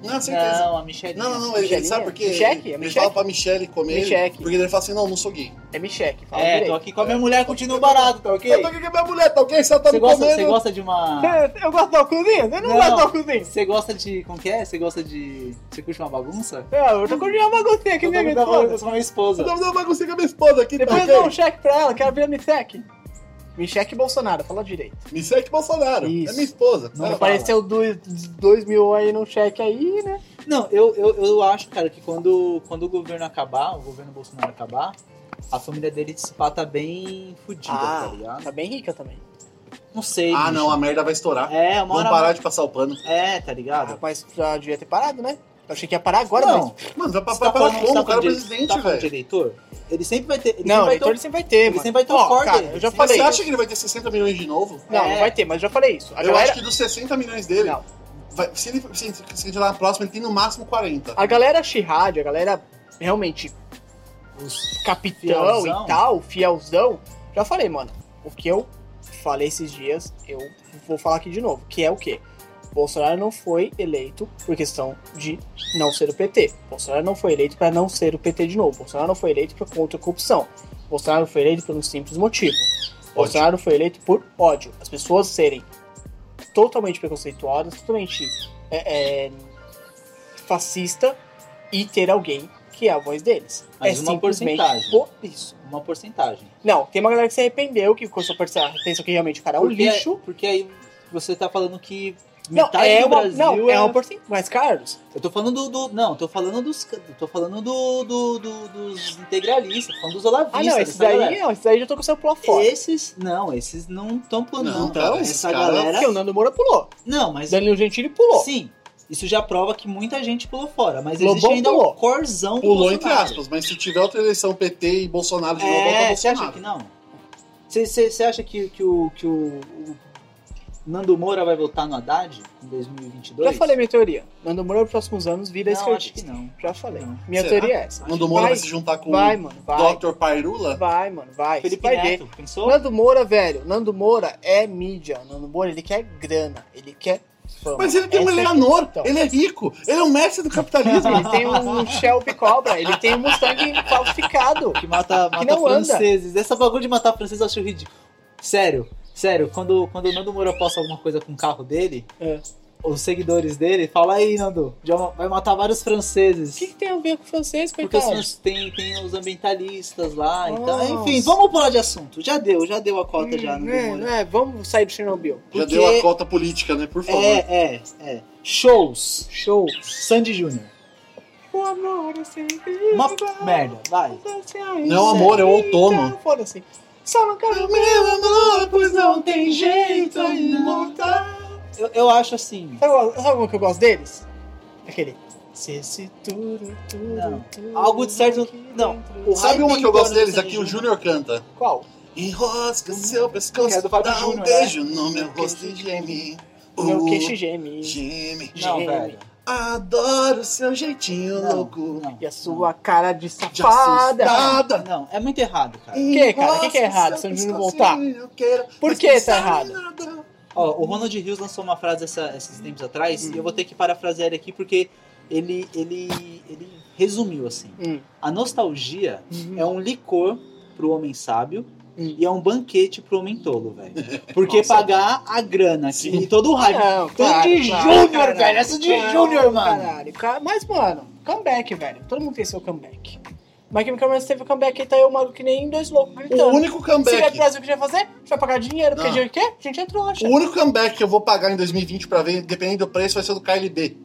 E: Não, certeza.
A: Ah, Não, a Michelinha.
E: Não, não, não. Ele, ele sabe por quê? Ele-
B: Micheque? É
E: Ele
B: Micheque?
E: fala pra Michelle comer.
B: Micheque.
E: Porque ele fala assim, não, não sou gay.
B: É Micheque, fala
A: É, tô
B: direito.
A: aqui com a minha mulher, continua barato, tá ok?
E: Eu tô aqui com a minha mulher, tá ok? Se ela tá
A: Você
E: me
A: gosta, você
E: comendo...
A: gosta de uma...
B: Eu, gosto da cozinha? Eu não,
A: Não.
B: gosto da cozinha.
A: Você gosta de... Como que é? Você gosta de... Você curte uma bagunça?
B: Eu, eu tô cozinhando uma baguncinha que
A: Eu
B: minha
A: tava falando
B: grande
A: com a minha esposa.
E: Eu tava dando uma baguncinha com a minha esposa aqui,
B: Depois eu
E: tá
B: dou um
E: ok?
B: cheque pra ela, quero ver a Micheque. Micheque Bolsonaro, fala direito.
E: Me segue Bolsonaro.
B: Isso.
E: É minha esposa.
A: Não
E: Ela
A: fala.
B: Apareceu dois, dois mil aí no cheque aí, né?
A: Não, eu, eu, eu acho, cara, que quando, quando o governo acabar, o governo Bolsonaro acabar, A família dele se pá tá bem fudida,
B: Ah,
A: tá ligado?
B: Tá bem rica também.
A: Não sei.
E: Ah,
A: bicho.
E: não, a merda vai estourar.
A: É, uma
E: Vamos
A: hora.
E: parar de Ah, passar o pano.
A: É, tá ligado?
B: Rapaz, já devia ter parado, né? Eu achei que ia parar agora,
A: Não.
B: mas...
E: Mano, vai pra
A: Você tá
E: parar
A: falando, você
E: como?
A: tá
E: O cara
A: falando
E: é
A: de-
E: presidente,
A: tá falando de
E: velho.
A: eleitor? Ele sempre vai ter. Ele
B: Não,
A: sempre
B: eleitor
A: vai
B: ele sempre vai ter,
A: Ele
B: mano.
A: sempre vai ter um o
B: Ó,
A: core
B: cara,
A: dele.
B: eu já
A: Você
E: Mas
B: falei.
E: você acha que ele vai ter 60 milhões de novo?
B: Não,
A: É.
B: não vai ter, mas eu já falei isso. A
E: Eu
B: galera...
E: acho que dos 60 milhões dele,
B: Não.
E: vai- se ele se, se, se ele lá na próxima, ele tem no máximo 40.
B: A galera Shihad, a galera realmente
A: ter. Os-
B: capitão
A: Fielzão.
B: e tal, fielzão, já falei, mano. O que eu falei esses dias, eu vou falar aqui de novo, que é o quê? Bolsonaro não foi eleito por questão de não ser o PT. Bolsonaro não foi eleito para não ser o PT de novo. Bolsonaro não foi eleito por contra a corrupção. Bolsonaro foi eleito por um simples motivo. Bolsonaro foi eleito por ódio. As pessoas serem totalmente preconceituosas, totalmente é, é, fascista e ter alguém que é a voz deles.
A: Mas
B: é
A: uma
B: simplesmente
A: porcentagem.
B: por isso.
A: Uma porcentagem.
B: Não, tem uma galera que se arrependeu, que começou a prestar atenção que realmente o cara é um lixo.
A: Porque aí você tá falando que.
B: Não,
A: Metade
B: é
A: do
B: uma,
A: Brasil
B: não, é
A: é
B: uma porcentagem. Mas, Carlos,
A: Eu tô falando do. do- não, tô falando dos. Tô falando do, do- do- dos integralistas, tô falando dos olavistas.
B: ah, não, esses
A: dessa
B: daí,
A: galera.
B: não, esses daí já tô com o seu pular fora.
A: Esses. Não, esses não estão pulando.
E: Não,
A: Não,
E: cara, esses
A: Essa
E: caras-
A: galera.
B: Porque o Nando Moura pulou.
A: Não, mas.
B: Danilo Gentili pulou.
A: Sim. Isso já prova que muita gente pulou fora, mas
B: Lobão
A: existe ainda
B: pulou.
A: um corzão do
E: Pulou entre
A: Bolsonaro.
E: aspas, mas se tiver outra eleição PT e Bolsonaro tá de novo, volta
A: É, você acha
E: Bolsonaro.
A: que não? Você- Você você acha que, que, o, que o, o Nando Moura vai votar no Haddad em 2022?
B: Já falei minha teoria. Nando Moura nos próximos anos vira
A: não, acho que
B: esquerdista.
A: não.
B: Já falei.
A: Não.
B: Minha
E: Será?
B: teoria é essa.
E: Nando Moura vai tipo
B: Vai,
E: se juntar com
B: vai, mano, vai.
E: o Dr. Pairula?
B: Vai, mano, vai. Você
A: Felipe
B: É, vai ver.
A: Neto, pensou?
B: Nando Moura, velho. Nando Moura é mídia. Nando Moura, ele quer grana. Ele quer fama.
E: Mas ele tem um
B: Essa é a
E: Eleanor,
B: questão.
E: ele é rico, ele é um mestre do capitalismo.
B: Ele tem
E: *laughs*
B: um Shelby Cobra. Ele tem um Mustang falsificado.
A: Que mata, mata
B: não anda.
A: franceses. Essa bagulho de matar franceses eu acho ridículo. Sério, sério, quando, quando o Nando Moura posta alguma coisa com o carro dele,
B: É.
A: os seguidores dele falam aí, Nando, já vai matar vários franceses.
B: O que, que tem a ver com o francês,
A: Porque os
B: coitado?
A: fran- tem, tem os ambientalistas lá,
B: Nossa.
A: então, enfim, vamos pular de assunto. Já deu, já deu a cota já, Nando
B: Oh. é,
A: Moura.
B: é, vamos sair do Chernobyl.
E: Já
A: Porque-
E: deu a cota política, né? Por favor.
A: É, é, é. Shows.
B: Show.
A: Sandy Júnior.
B: O amor é sempre
A: Uma
B: igual.
A: merda, vai.
E: Não, amor, é o outono.
B: Então, Foda-se. Só não quero
E: Meu amor, pois não tem jeito
A: Eu, eu acho assim.
B: Sabe, qual- sabe como que eu gosto deles? Aquele. Se esse tudo, tudo,
A: Não.
B: tudo.
A: Algo de certo-
B: aqui
A: não.
B: dentro.
E: Sabe
A: Ai,
E: uma
A: tem
E: que eu gosto
A: dono do
E: deles?
A: Sandy
E: Aqui o
A: Júnior.
E: Júnior canta.
B: Qual?
E: Enrosca seu
A: Que é
E: pescoço,
A: do Fábio
E: dá um
A: Júnior,
E: beijo no meu
B: Meu
E: rosto e
B: queixo
E: geme.
B: O meu
E: Uh,
B: queixo geme.
E: geme.
A: Não,
B: Geme.
A: velho.
E: Adoro seu jeitinho
A: Não,
E: louco.
A: não,
B: E a sua cara de
E: De
B: safada.
E: assustada.
A: Não, é muito errado, cara.
B: quê, cara? O que que é errado se o Júnior voltar? Por que tá errado?
A: Ó, o Ronald Rios lançou uma frase essa- esses tempos atrás e eu vou ter que parafrasear ele aqui porque ele, ele, ele resumiu assim.
B: Hum.
A: A nostalgia
B: Uhum.
A: é um licor pro homem sábio
B: Hum.
A: e é um banquete pro homem tolo, velho. Porque
E: Nossa.
A: pagar a grana aqui,
E: Sim.
A: e todo o hype.
B: Não,
A: Tanto
B: claro,
A: de
B: claro,
A: Júnior,
B: caralho.
A: velho. Essa de
B: Claro,
A: Júnior, mano.
B: Caralho. Ca- Mas, mano, comeback, velho. Todo mundo tem seu comeback. Mike Cameron teve o comeback e tá eu, mano, que nem dois loucos
E: O
B: gritando.
E: único
B: Então, Se vier
E: comeback.
B: pro Brasil, o que a gente vai fazer? A gente vai pagar dinheiro, porque
E: Não.
B: dinheiro o quê? A gente é trouxa.
E: O único comeback que eu vou pagar em 2020 pra ver, dependendo do preço, vai ser o do KLB.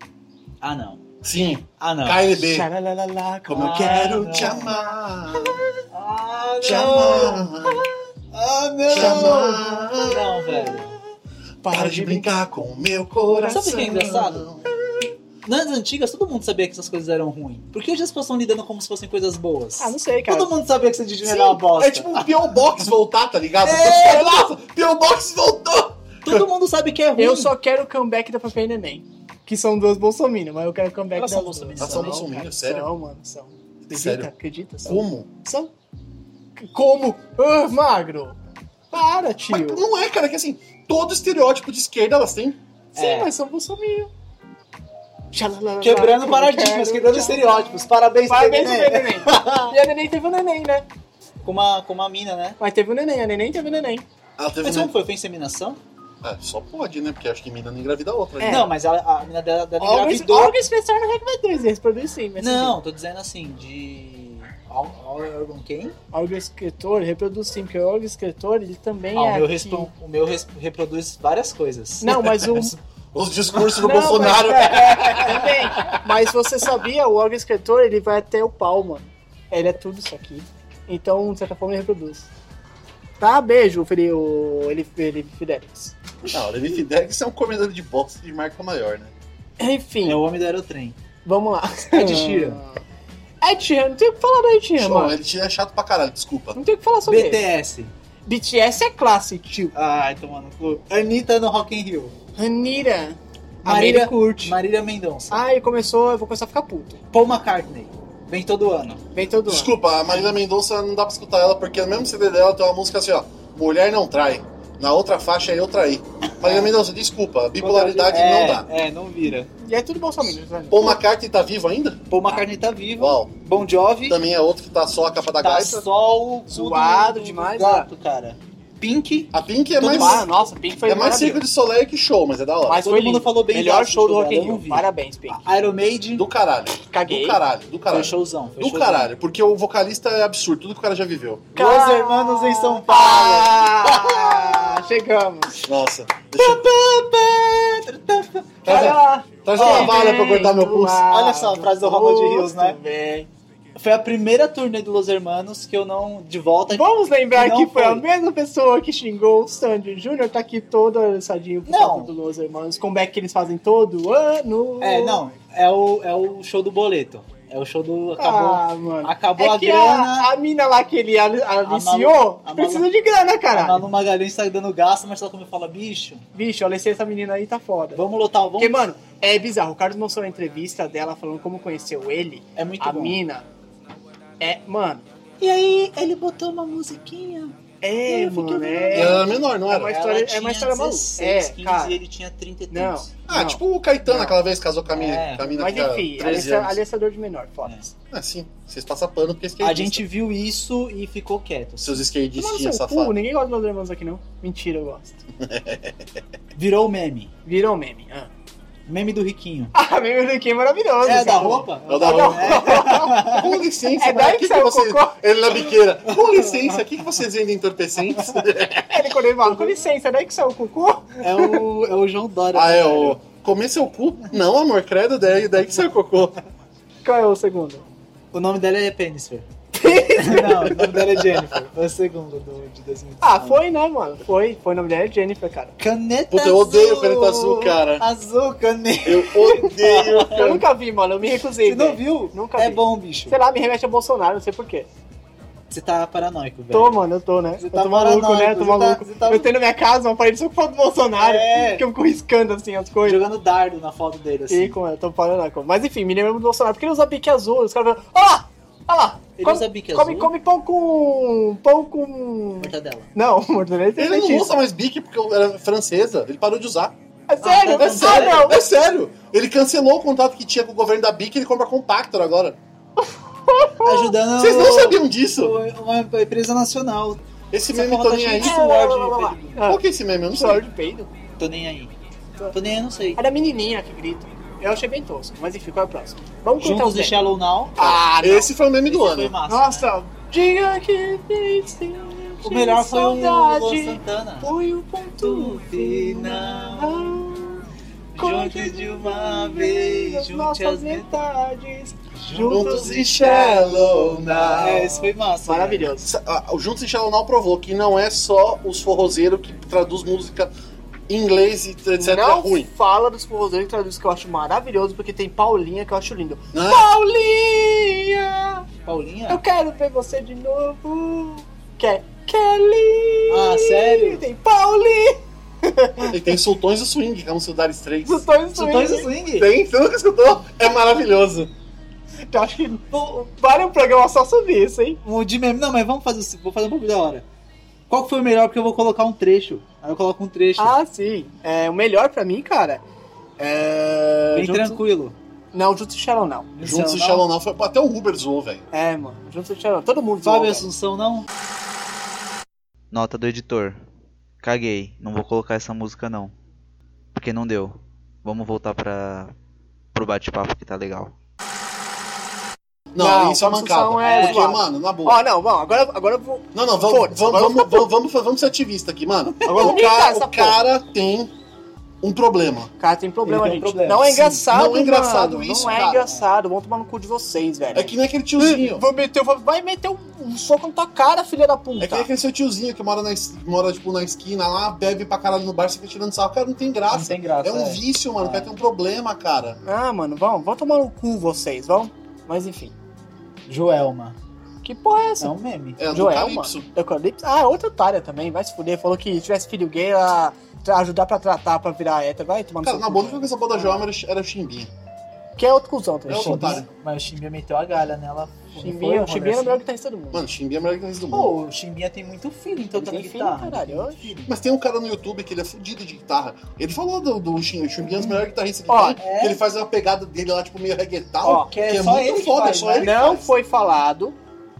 A: Ah, não.
E: Sim,
A: Ah, não.
E: KLB.
B: Xalalalala,
E: Como eu
A: Ah,
E: quero
A: não.
E: te amar.
A: Ah,
E: Te amar.
A: Ah, não.
E: Te amar.
A: Não, velho.
E: Para de brincar com o meu coração.
A: Sabe o que é engraçado? Nas antigas, todo mundo sabia que essas coisas eram ruins. Por que hoje as pessoas estão lidando como se fossem coisas boas?
B: Ah, não sei, cara.
A: Todo mundo sabia que esse Didi era uma bosta.
E: É tipo um P.O. Box voltar, tá ligado?
A: É,
E: Você Nossa, P.O. Box voltou!
A: Todo mundo sabe que é ruim.
B: Eu só quero o comeback da Papai e Neném. Hum. Que são duas bolsominions, mas eu quero o comeback
A: Elas
B: das
A: são bolsominions
B: duas.
A: também?
E: Elas são
B: cara,
E: bolsominions, sério?
B: São, mano, são. Acredita?
E: Sério?
B: Acredita? São.
E: Como?
B: São. C- Como? Ah, magro. Para, tio.
E: Mas não é, cara, que assim, todo estereótipo de esquerda elas têm.
B: Sim,
A: É.
B: mas são bolsominions. Xalalalala,
A: Quebrando *laughs*
B: eu
A: paradigmas,
B: quero- É.
A: quebrando estereótipos. Parabéns,
B: Parabéns pro
A: Nenê.
B: neném. *laughs* E a neném teve o neném, né?
A: com uma, com uma mina, né?
B: Mas teve o neném, a neném teve o neném.
E: Ela teve
A: Mas
E: um-
A: como foi? Foi inseminação?
E: Ah, só pode, né? Porque acho que mina não engravida a outra. né?
A: Não, mas ela- a mina dela, dela
B: Algo
A: engravidou.
B: algo especial no Hackman 2, eles produzem, mas.
A: Não, tô dizendo assim, de. Al- Al- Orgon quem?
B: Olga escritor reproduz sim, porque o Olga escritor ele também
A: Ah,
B: é.
A: o meu,
B: aqui.
A: respon- o meu res- reproduz várias coisas. *laughs*
B: Não, mas o.
E: Os discursos do
B: Não,
E: Bolsonaro.
B: Mas, é, também. *laughs* Mas você sabia, o Olga escritor ele vai até o pau, mano. Ele é tudo isso aqui. Então, de certa forma, ele reproduz. Tá, beijo, Feli, o, ele, ele Fidelix.
E: Não, o Levi Fidelis é um comedor de boxe de marca maior, né?
B: Enfim,
A: É o homem do aerotrem.
B: vamos lá. *laughs*
A: Ed Sheeran.
B: Ed Sheeran, não tem o que falar do Ed Sheeran,
E: Show,
B: mano.
E: ele é chato pra caralho, desculpa.
B: Não tem o que falar sobre ele.
A: BTS.
B: BTS é classe, tio.
A: Ai, tomando cu. Anitta no Rock in Rio.
B: Anira.
A: Marília-
B: Marília curte.
A: Marília Mendonça.
B: Ai, começou, eu vou começar a ficar puto.
A: Paul McCartney. Vem todo ano.
B: Vem todo ano.
E: Desculpa, a Marília Mendonça não dá pra escutar ela, porque no mesmo CD dela tem uma música assim, ó. Mulher não trai. Na outra faixa é eu traí. Marília Mendonça, desculpa, bipolaridade
A: é,
E: não dá.
A: É, não vira.
B: E é tudo bolsominion, né?
E: Paul McCartney tá vivo ainda?
A: Paul McCartney tá vivo.
E: Uau.
A: Bon Jovi.
E: Também é outro que tá só a capa da
A: Tá
E: gaita.
A: só o
B: Zoado demais, né?
A: gato, cara. Pink.
E: A Pink é
B: Todo
E: mais,
B: bar, nossa, Pink foi
E: é mais
B: maravilhoso.
E: circo de Soleil que show, mas é da hora.
B: Mas
A: Todo
B: foi
A: mundo
B: lindo.
A: falho bem
B: Melhor
A: dessa
B: show do
A: temporada,
B: Rock in
A: eu não
B: Rio.
A: vi.
B: Parabéns, Pink.
A: Iron Maiden.
E: Do caralho.
B: Caguei.
E: Do caralho, do
A: Foi
E: caralho.
A: showzão. Foi
E: do
A: showzão.
E: caralho, porque o vocalista é absurdo, tudo que o cara já viveu.
A: Los Hermanos em São Paulo. *laughs*
B: Ah, chegamos.
E: Nossa. Deixa... Traz,
A: Olha
E: a,
A: lá.
E: traz a navalha pra cortar meu pulso.
A: Olha só a frase do Ronald Rios, né?
B: Bem.
A: Foi a primeira turnê do Los Hermanos que eu não. De volta.
B: Vamos lembrar
A: Não
B: que foi. a
A: foi.
B: mesma pessoa que xingou o Sandy Júnior, tá aqui todo alçadinho por
A: Não.
B: causa do Los Hermanos. Comeback que eles fazem todo ano.
A: É, não. É o, é o show do boleto. É o show do. Acabou.
B: Ah, mano.
A: acabou
B: é
A: a
B: que
A: grana.
B: A, a mina lá que ele ali-
A: Malu-
B: aliciou
A: a Malu-
B: precisa de grana,
A: A
B: caralho.
A: Manu Magalhães tá dando gasto, mas só como eu falo, bicho,
B: Bicho, olha essa menina aí tá foda.
A: vamos lotar, vamos.
B: Porque, mano, é bizarro. O Carlos mostrou a entrevista dela falando como conheceu ele,
A: é muito
B: a
A: bom.
B: mina. É, mano.
A: E aí, ele botou uma musiquinha.
B: É,
A: Eu fiquei
B: mano,
E: E
B: é.
E: ela era menor, não
B: É
E: era?
B: mais-
A: Ela
B: história- é
A: tinha
B: uma história maluca.
A: 16,
B: É,
A: 15,
B: cara.
A: e ele tinha 30 e
B: Não.
A: tantos.
E: Ah,
B: não.
E: tipo o Caetano,
B: Não.
E: aquela vez que casou com a minha.
A: É.
E: com a mina
B: Mas
E: que era
B: enfim,
E: 13
B: Alessa-
E: anos.
B: alessador de menor, foda se
E: Ah, sim. Vocês passam pano porque é
A: A
E: skatista.
A: gente viu isso e ficou quieto.
B: Tomar
E: Seus
B: no
E: skatistas
B: seu cu, né?
E: safados.
B: ninguém gosta dos meus irmãos aqui não. Mentira, eu gosto.
A: Virou meme.
B: Virou meme. Ah, *laughs*
A: Meme do Riquinho.
B: ah meme do Kim é maravilhoso.
A: é
B: cara.
A: da roupa?
E: É o da roupa. *laughs* Com licença,
B: É
E: mas
B: daí que saiu o
E: vocês-
B: cocô?
E: Ele na biqueira. Com licença, o que, que vocês
B: *laughs*
E: vendem entorpecentes?
B: Ele quando ele fala, com licença, é daí que saiu o cucu.
A: É o, é o João Dória.
E: ah, é
A: velho.
E: o... Comer seu cu? Não, amor, credo, daí, daí que saiu o cocô.
B: Qual é o segundo?
A: O nome dela é Penifer. Não, o nome dela é Jennifer. Foi o segundo do, de 2019.
B: Ah, foi, né, mano? Foi. Foi na mulher Jennifer, cara.
A: Caneta
E: Puta, eu odeio caneta azul, cara.
A: Azul, caneta.
E: Eu odeio.
B: Eu nunca vi, mano. Eu me recusei.
A: Você não
B: velho.
A: viu?
B: Nunca
A: é
B: vi.
A: bom, bicho.
B: Sei lá, me remete a Bolsonaro, não sei porquê.
A: Você tá paranoico, velho.
B: Tô, mano, eu tô, né?
A: Você
B: eu
A: tá
B: tô maluco,
A: paranoico,
B: né? Eu tô
A: você tá-
B: maluco.
A: você tá-
B: Eu tenho na minha casa uma parede só com foto do Bolsonaro,
A: É.
B: que eu fico riscando assim as coisas.
A: Jogando dardo na foto dele, assim.
B: Fico, mano, eu tô paranoico. Mas enfim, me lembro do Bolsonaro, porque ele usa bique azul, os caras falam, ó lá, ó lá.
A: Ele
B: come,
A: usa bique
B: come,
A: azul?
B: Come pão com... pão com...
A: Mortadela.
B: Não, *laughs* mortadela é
E: Ele não
B: dentista.
E: usa mais bique porque eu era francesa. Ele parou de usar.
B: É
A: Ah,
B: sério,
E: É
B: é sério.
E: sério, é sério. Ele cancelou o contato que tinha com o governo da bique e ele compra compactor agora.
A: Ajudando
E: Vocês não sabiam disso?
A: o- uma empresa nacional.
E: Esse
A: Essa
E: meme
A: porra
E: tô
A: tá
E: nem
A: cheia
E: aí.
A: de
B: É, lá,
A: suor
B: lá, lá, lá, lá.
A: de
E: Qual que é esse meme? Eu não
B: Suor
E: sei.
B: um de peido.
A: Tô nem aí. Tô nem aí, não sei.
B: Era a menininha que grita. Eu achei bem tosco, mas enfim, qual é o próximo? Vamos contar
A: Juntos
B: os
A: de Shallow Now.
E: tá
B: Ah, não.
E: Esse foi o meme do
A: Foi
E: ano.
A: massa.
B: Nossa, diga que triste.
A: o melhor foi o Luan
B: saudade.
A: Santana.
B: Foi o ponto
A: Ponto final. Junte de uma vez, junte as
B: nossas metades.
E: Juntos e
A: Shallow
E: Now.
A: É, esse foi massa.
B: Maravilhoso.
E: Sa- ah, O Juntos e Shallow Now provou que não é só os forrozeiros que traduz música em inglês e etc.
B: Não
E: ruim.
B: fala dos forrozeiros que traduz que eu acho maravilhoso, porque tem Paulinha que eu acho lindo.
A: é?
E: Né?
B: Paulinha!
A: velho. Paulinha?
B: Eu quero ver você de novo. Que é Kelly!
A: Ah, sério?
B: Tem Paulinha!
E: E tem Sultões do Swing, que é um Sudares 3.
B: Os dois
A: Sultões do
B: swing.
A: Swing?
E: Tem, você nunca escutou? É maravilhoso.
B: Eu acho que pô, vale um programa só sobre isso, hein?
A: O de meme. Não, mas vamos fazer o- Vou fazer um pouco da hora. Qual que foi o melhor? Porque eu vou colocar um trecho. Aí eu coloco um trecho.
B: Ah, sim. É, o melhor pra mim, cara. É.
A: Bem
B: Juntos-
A: tranquilo.
B: Não, Juntos e Shallow não.
E: Juntos e Shallow Now foi até o Uber zoou, velho.
B: É, mano. Juntos e Shallow. Todo mundo. zoa,
A: Fábio
B: velho.
A: Assunção, não?
F: Nota do editor. Caguei, não vou colocar essa música não. Porque não deu. Vamos voltar pra pro bate-papo que tá legal.
E: Não,
B: Não,
E: isso é
B: construção
E: mancada.
B: é
E: porque,
B: zoado.
E: mano, na boa.
B: Ó, não, bom, agora, agora eu vou.
E: Não, não, vamos,
B: Foda-se,
E: vamos,
B: agora
E: vamos, vamos, vamos ser ativista aqui, mano.
B: Agora
E: o
B: vamos limpar
E: cara,
B: essa
E: o cara tem um problema.
B: Cara, tem problema,
A: Ele tem
B: gente.
A: um problema,
B: Não é
E: sim.
B: engraçado,
E: Não é engraçado
B: mano.
E: isso,
B: Não é
E: cara.
B: engraçado. Vão tomar no cu de vocês, velho.
E: É que nem aquele tiozinho.
B: Vai meter, o- vai meter um, um soco na tua cara, filha da puta.
E: É que nem aquele seu tiozinho que mora, na, es- mora tipo, na esquina lá, bebe pra caralho no bar, fica tirando sal. Cara, não tem
A: Não
E: graça.
A: tem graça.
E: É um vício, mano. O cara tem um problema, cara.
B: Ah, mano, vão, vão tomar no cu vocês, vão. Mas enfim.
A: Joelma.
B: Que porra é essa?
A: É um meme.
E: É do
B: Joelma?
E: Calypso.
B: Eucalipto? Ah, outra otária também, vai se fuder. Falou que tivesse filho gay, ela tra- ajudar pra tratar, pra virar hétero. Vai tomar no
E: Cara,
B: seu
E: na
B: cu,
E: boa, a única
B: velho.
E: coisa boa da Joelma era- era o Chimbinha.
B: Que é outro cuzão também.
E: É outro
B: Chimbinha.
E: otário.
A: Mas o Chimbinha meteu a galha né? nela.
B: Chimbinha, Chimbinha é o melhor guitarrista do mundo.
E: Mano, Chimbinha é a melhor guitarrista do mundo.
A: assim. Pô, o Chimbinha tem muito filho, então
B: Ele
A: tá
B: tem
A: na
B: filho,
A: guitarra.
B: caralho,
A: Tem
B: oxe.
A: filho.
E: Mas tem um cara no YouTube que ele é fudido de guitarra. Ele falou do, do Chimbinha, o Chimbinha é um dos melhores guitarristas que
B: Ó,
E: tem.
A: é.
E: Que ele faz uma pegada dele lá, tipo, meio reggaetal.
B: Ó,
E: que é muito
A: que
E: foda,
A: faz,
E: só
A: né?
E: ele.
B: Não foi falado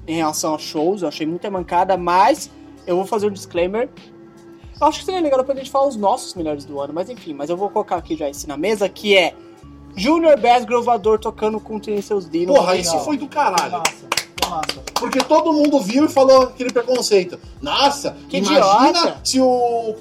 B: em relação a shows, eu achei muita mancada, mas eu vou fazer um disclaimer. Eu acho que seria legal depois a gente falar os nossos melhores do ano, mas enfim, mas eu vou colocar aqui já esse na mesa, que é Junior Bass Grovador tocando com seus Dino.
E: Porra,
A: Não,
E: isso
A: não.
E: foi do caralho.
A: Massa, massa.
E: Porque todo mundo viu e falou aquele preconceito. um Nossa,
B: Que
E: imagina
B: idiota.
E: se o,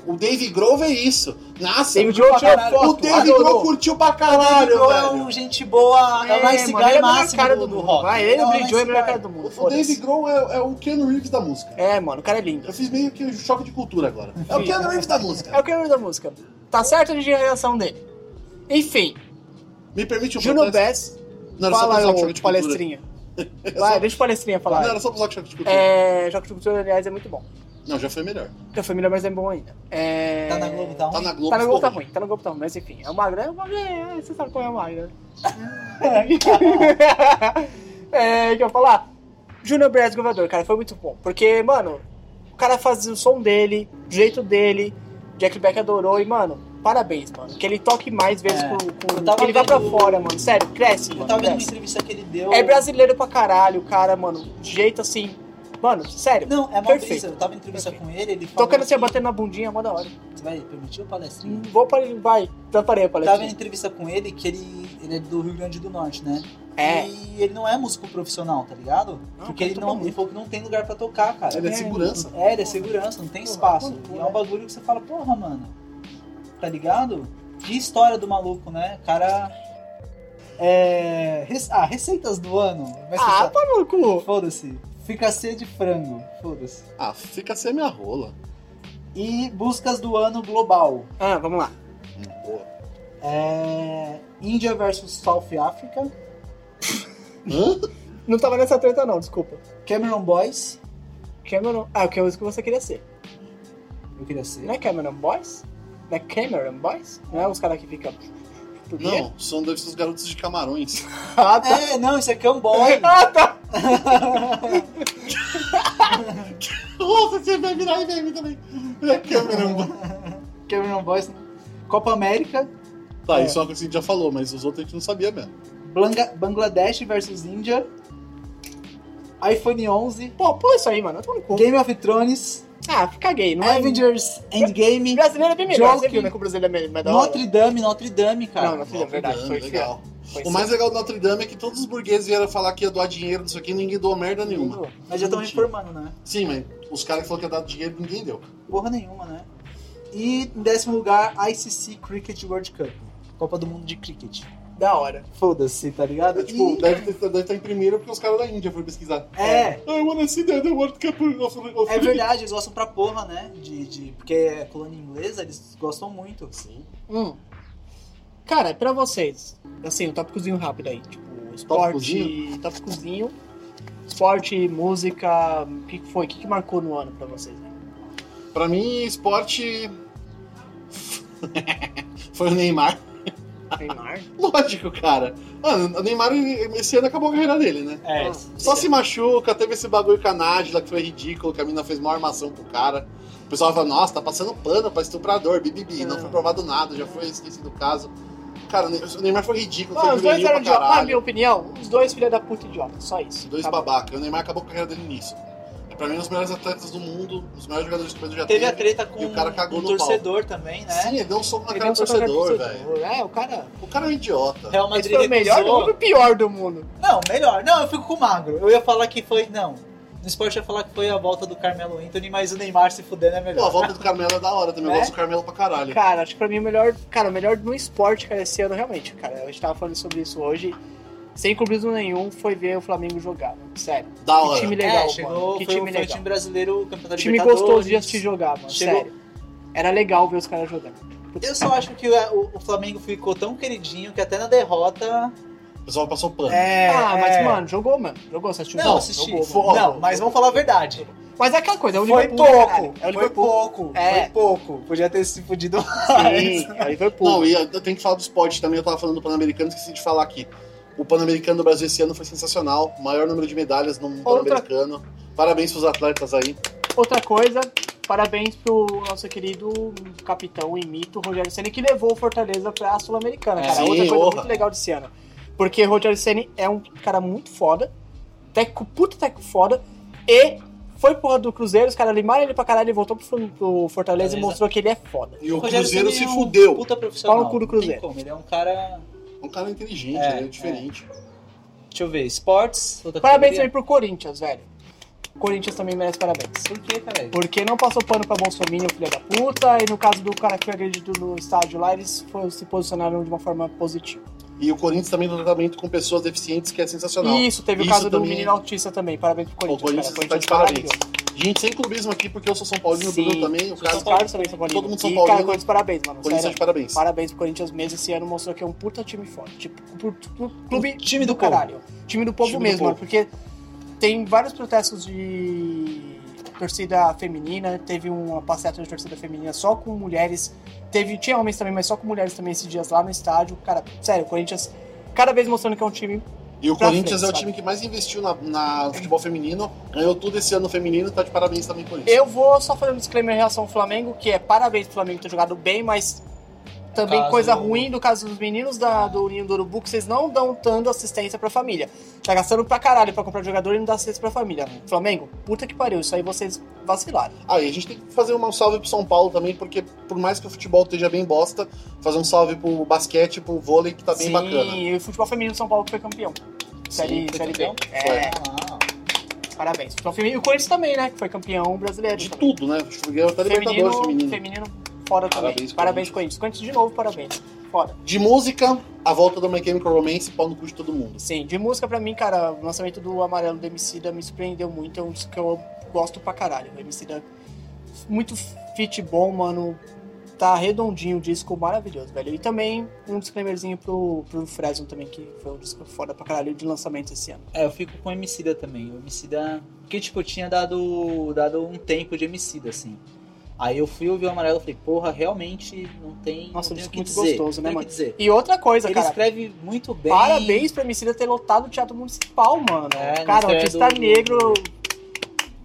E: o Dave Grow vê isso. Nossa,
B: David é Grohl tirou
A: Caralho,
E: é o
B: foto.
E: Dave
A: adorou.
E: Grohl curtiu pra caralho,
A: Ele é
E: velho.
A: o gente boa, é, o
B: É,
A: nice
B: mano, ele
A: guy
B: é a melhor
A: máximo
B: cara
A: do,
B: do
A: do
B: mundo.
A: rock.
B: Vai, ele
A: é
B: é
A: o
B: o Billy
A: nice
B: Joel, é o melhor
A: guy.
B: cara do mundo.
E: O Dave
B: foda-se.
E: Grohl é, é o Ken Reeves da música.
B: É, mano, o cara é lindo.
E: Eu fiz meio que um choque de cultura agora. É o Ken Reeves da
B: É
E: música.
B: o que eu lembro da música. Tá certo de reação dele. Enfim,
E: Me permite um
B: Junior
E: protesto?
B: Bass,
E: Não, era só pra
B: fala
E: usar um choque
B: eu,
E: de cultura.
B: palestrinha. Vai, deixa o palestrinha
E: Não,
B: falar.
E: era só pra usar um choque de cultura.
B: É, Jogos de Cultura, aliás, é muito bom.
E: Não, já foi melhor.
B: Da família, mas é bom ainda. É...
A: Tá na Globo, tá
E: Tá
A: ruim?
E: na Globo.
B: Tá na Globo, tá
E: ficou
B: ruim, tá na Globo, tá ruim, mas enfim. É uma grana, é uma grana, é, você sabe qual é uma *laughs* grana. é, o que eu ia falar? Junior Brass Governador, cara, foi muito bom. Porque, mano, o cara fazia o som dele, do jeito dele, Jack Beck adorou e, mano, parabéns, mano. Que ele toque mais vezes
A: É.
B: com, com-
A: Eu tava
B: que ele vá pra
A: vendo-
B: fora, mano. Sério, cresce,
A: Eu
B: mano.
A: tava vendo uma
B: cresce.
A: entrevista que ele deu.
B: É brasileiro pra caralho, o cara, mano. De jeito assim. Mano, sério.
A: Não, é uma
B: Perfeito.
A: brisa. Eu tava em entrevista com ele, ele falou.
B: Tocando assim,
A: que-
B: batendo na bundinha, mó da hora.
A: Você vai permitir o palestrinho?
B: Hum, Vou para vai, já parei a
A: Tava em
B: palestra.
A: entrevista com ele que ele, ele é do Rio Grande do Norte, né?
B: É.
A: E ele não é músico profissional, tá ligado?
B: Não,
A: Porque ele
B: tá
A: não,
B: bom.
A: ele falou que não tem lugar pra tocar, cara.
E: Ele é segurança.
A: É, ele é segurança, não tem espaço. E é um bagulho que você fala, porra, mano. Tá ligado? Que história do maluco, né? O cara. É. rec- Ah, receitas do ano. Vai ser
B: Ah,
A: só-
B: pá no cu.
A: Foda-se. Fricassê de frango. Foda-se.
E: Ah, fica sem a minha rola.
A: E buscas do ano global.
B: Ah, vamos lá.
E: Hum, boa.
A: É. Índia versus South Africa.
E: Hã?
B: Não tava nessa treta não, desculpa.
A: Cameron Boys.
B: Cameron, ah, que é isso que você queria ser.
A: Eu queria ser.
B: Não é Cameron Boys? Não é Cameron Boys? Não é os caras que ficam... Por quê?
E: Não, são dois os garotos de camarões.
B: Ah, tá.
A: É, não, isso é
B: *laughs*
A: Camboy.
B: Ah, tá.
E: Nossa, você vai virar e vai vir também. É Cameron.
A: Cameron Boys. Copa América.
E: Tá, isso é uma coisa que a gente já falou, mas os outros a gente não sabia mesmo.
A: Blanga- Bangladesh versus Índia. iPhone 11.
B: Pô, pô isso aí, mano. Toma no cu.
A: Game of Thrones.
B: Ah, fica gay, não é?
A: Avengers Endgame.
B: Brasileiro é bem melhor. Você
A: Joking.
B: viu, né, que o brasileiro é melhor.
A: Notre Dame, Notre Dame,
B: Não,
A: cara.
B: não, filho, é verdade. Foi legal.
E: O mais legal do Notre Dame é que todos os burgueses vieram falar que ia doar dinheiro, não sei o que, ninguém doou merda
B: Uhum.
E: nenhuma.
A: Mas já estão informando, né?
E: Sim, mas os caras que falaram que ia dar dinheiro, ninguém deu.
A: Porra nenhuma, né? E em décimo lugar, ICC Cricket World Cup. Copa do Mundo de Cricket.
B: Da hora.
A: Foda-se, tá ligado?
E: É, tipo,
A: E-
E: deve, ter, deve estar em primeiro porque os caras da Índia foram pesquisar.
A: É,
E: I wanna see the, the World Cup of, of
A: é verdade, eles gostam pra porra, né? De, de, porque é colônia inglesa, eles gostam muito. Sim.
B: Hum. Cara, é pra vocês. Assim, um tópicozinho rápido aí. Tipo, esporte,
E: Tópicozinho?
B: tópicozinho. Esporte, música. O que que foi? O que, que marcou no ano pra vocês? né?
E: *laughs* Pra mim, esporte. *laughs* Foi o Neymar. *laughs*
B: Neymar?
E: Lógico, cara. Mano, o Neymar, ele- esse ano acabou a carreira dele, né?
A: É.
E: Só se machuca, teve esse bagulho com a Nájila que foi ridículo, que a mina fez uma armação pro cara. O pessoal fala, nossa, tá passando pano pra estuprador, bibibi. Não foi
B: É.
E: provado nada, já foi esquecido o caso. Cara, o Neymar foi ridículo,
B: Ah,
E: foi
B: os dois
E: juvenil
B: eram
E: pra
B: idiotas. Na minha
E: caralho.
B: opinião, os dois filha da puta idiota. Só isso.
E: Dois
B: Tá bom.
E: babaca. O Neymar acabou com a carreira dele nisso. É pra mim um dos melhores atletas do mundo, um dos melhores jogadores que o Pedro já
A: Teve a treta com
E: e o cara cagou
A: um
E: no
A: torcedor também, né?
E: Sim, ele deu um soco na
B: Ele
E: cara do
B: deu um soco na cara do
E: torcedor, velho.
B: torcedor. É, o cara.
E: O cara é um idiota.
A: Real
B: Esse
A: Madrid
B: foi o melhor
A: recusou.
B: ou o pior do mundo?
A: Não, melhor. Não, eu fico com o magro. Eu ia falar que foi. Não. no esporte ia falar que foi a volta do Carmelo Anthony, mas o Neymar se fudendo é
E: Pô, a
A: melhor.
E: volta do Carmelo é da hora também. Eu
B: Né?
E: gosto do Carmelo pra caralho.
B: Cara, acho que pra mim o melhor. Cara, o melhor no esporte, cara, esse ano realmente, cara. A gente tava falando sobre isso hoje. Sem cobrismo nenhum, foi ver o Flamengo jogar, mano. Sério.
E: Da
B: que
E: hora.
B: time legal,
A: é, chegou,
B: mano. Que
A: foi, foi
B: time
A: o
B: legal.
A: time brasileiro, o campeonato
B: time
A: Libertadores.
B: gostoso de assistir jogar, mano.
A: Chegou-
B: Sério. Era legal ver os caras jogando.
A: Eu só acho que o, é, o- o Flamengo ficou tão queridinho que até na derrota.
E: O pessoal passou pano.
A: É,
B: ah, mas,
A: é.
B: mano, jogou, mano. Jogou, você assistiu o
A: Não,
B: jogo?
A: assisti.
B: Jogou, mano.
E: Jogou,
A: não,
E: mano.
A: mas vamos falar a verdade.
B: Mas é aquela coisa, é o
A: Foi
B: Liverpool,
A: pouco,
B: caralho. É o
A: foi
B: Liverpool.
A: pouco,
B: É.
A: foi pouco. Podia ter se fudido mais.
B: *laughs* Sim, é o Liverpool.
E: Não, e eu tenho que falar do esporte também. Eu tava falando do Pan-Americano, esqueci de falar aqui. O Pan-Americano do Brasil esse ano foi sensacional. Maior número de medalhas no
B: Outra-
E: Pan-Americano. Parabéns pros atletas aí.
B: Outra coisa, parabéns pro nosso querido capitão e mito Rogério Ceni que levou o Fortaleza pra Sul-Americana,
A: É,
B: cara.
E: sim,
B: Outra coisa
E: honra.
B: muito legal desse ano. Porque Rogério Ceni é um cara muito foda, técnico, puta técnico foda, e foi porra do Cruzeiro, os caras limaram ele pra caralho e voltou pro, Flu- pro Fortaleza
A: Beleza.
B: e mostrou que ele é foda.
E: E o,
A: Rogério
E: Cruzeiro
A: Ceni
E: se
A: é um
E: fudeu.
A: Puta profissional.
B: Pau no cu do
A: não tem
B: Cruzeiro.
A: como, Ele é um cara.
E: Um cara inteligente,
A: É,
E: ele é diferente.
A: Deixa eu ver. Esportes. outra
B: Parabéns também
A: categoria.
B: pro Corinthians, velho. Corinthians também merece parabéns.
A: Por que, cara?
B: Porque não passou pano pra Bolsonaro, filho da puta, e no caso do cara que foi agredido no estádio lá, eles foram- se posicionaram de uma forma positiva.
E: E o Corinthians também tem um tratamento com pessoas deficientes que é sensacional.
B: Isso, teve
E: Isso
B: o caso do
E: também.
B: menino autista também. Parabéns pro
E: O
B: Corinthians.
E: Corinthians
B: cara.
E: tá de parabéns. Gente, sem clubismo aqui, porque eu sou São Paulino, o
B: Sim.
E: Bruno também. O
B: Os
E: caso
B: caras também são
E: Todo mundo
B: bonitos.
E: São
B: E, cara,
E: Paulino.
B: Corinthians, parabéns, mano.
E: Corinthians tá de
B: sério.
E: parabéns.
B: Parabéns pro Corinthians mesmo. Esse ano mostrou que é um puta time foda. Tipo, pu- pu- clube
A: time do
B: do caralho. Time do povo
E: Time do
B: mesmo,
E: povo.
B: mano. Porque tem vários protestos de torcida feminina. Teve uma passeata de torcida feminina só com mulheres. Teve, tinha homens também, mas só com mulheres também esses dias lá no estádio. Cara, sério, o Corinthians cada vez mostrando que é um time
E: E o
B: pra
E: Corinthians
B: frente,
E: é o time
B: sabe?
E: que mais investiu na, na- no futebol feminino, ganhou tudo esse ano feminino, tá de parabéns também por isso.
B: Eu vou só fazer um disclaimer em relação ao Flamengo, que é parabéns pro Flamengo ter jogado bem, mas também
A: Caso-
B: coisa ruim do caso dos meninos da, do Ninho do Urubu, que vocês não dão tanto assistência pra família. Tá gastando pra caralho pra comprar jogador e não dá assistência pra família. Flamengo, puta que pariu, isso aí vocês vacilaram.
E: Ah, e a gente tem que fazer um salve pro São Paulo também, porque por mais que o futebol esteja bem bosta, fazer um salve pro basquete, pro vôlei, que tá bem
B: Sim,
E: bacana.
B: e o futebol feminino de São Paulo que foi campeão. Série,
A: foi
B: série
A: campeão?
B: B. É,
A: Ah,
B: parabéns. Futebol feminino. E o Corinthians também, né? Que foi campeão brasileiro.
E: De
B: também.
E: tudo, né? O futebol até Libertadores
B: Feminino,
E: feminino.
B: feminino, foda também.
E: Parabéns,
B: Parabéns, Corinthians. Corinthians de novo, parabéns. Foda.
E: De música, a volta do My Chemical Romance, pau no cu de todo mundo.
B: Sim, de música pra mim, cara, o lançamento do Amarelo do Emicida me surpreendeu muito, é um disco que eu gosto pra caralho. O Emicida, muito fit bom, mano, tá redondinho o disco, maravilhoso, velho. E também um disclaimerzinho pro, pro Fresno também, que foi um disco foda pra caralho de lançamento esse ano.
A: É, eu fico com Emicida também. O Emicida... Porque, tipo, eu tinha dado, dado um tempo de Emicida, assim. Aí eu fui ouvir o Amarelo e falei, porra, realmente não tem...
B: Nossa,
A: não tem
B: um
A: o
B: disco
A: que
B: muito
A: dizer, não
B: gostoso, né,
A: tem o
B: mano?
A: que dizer.
B: E outra coisa,
A: Ele
B: cara,
A: escreve muito bem.
B: parabéns pro Emicida ter lotado o Teatro Municipal, mano.
A: É, no
B: cara, o
A: estreia
B: artista
A: do-
B: negro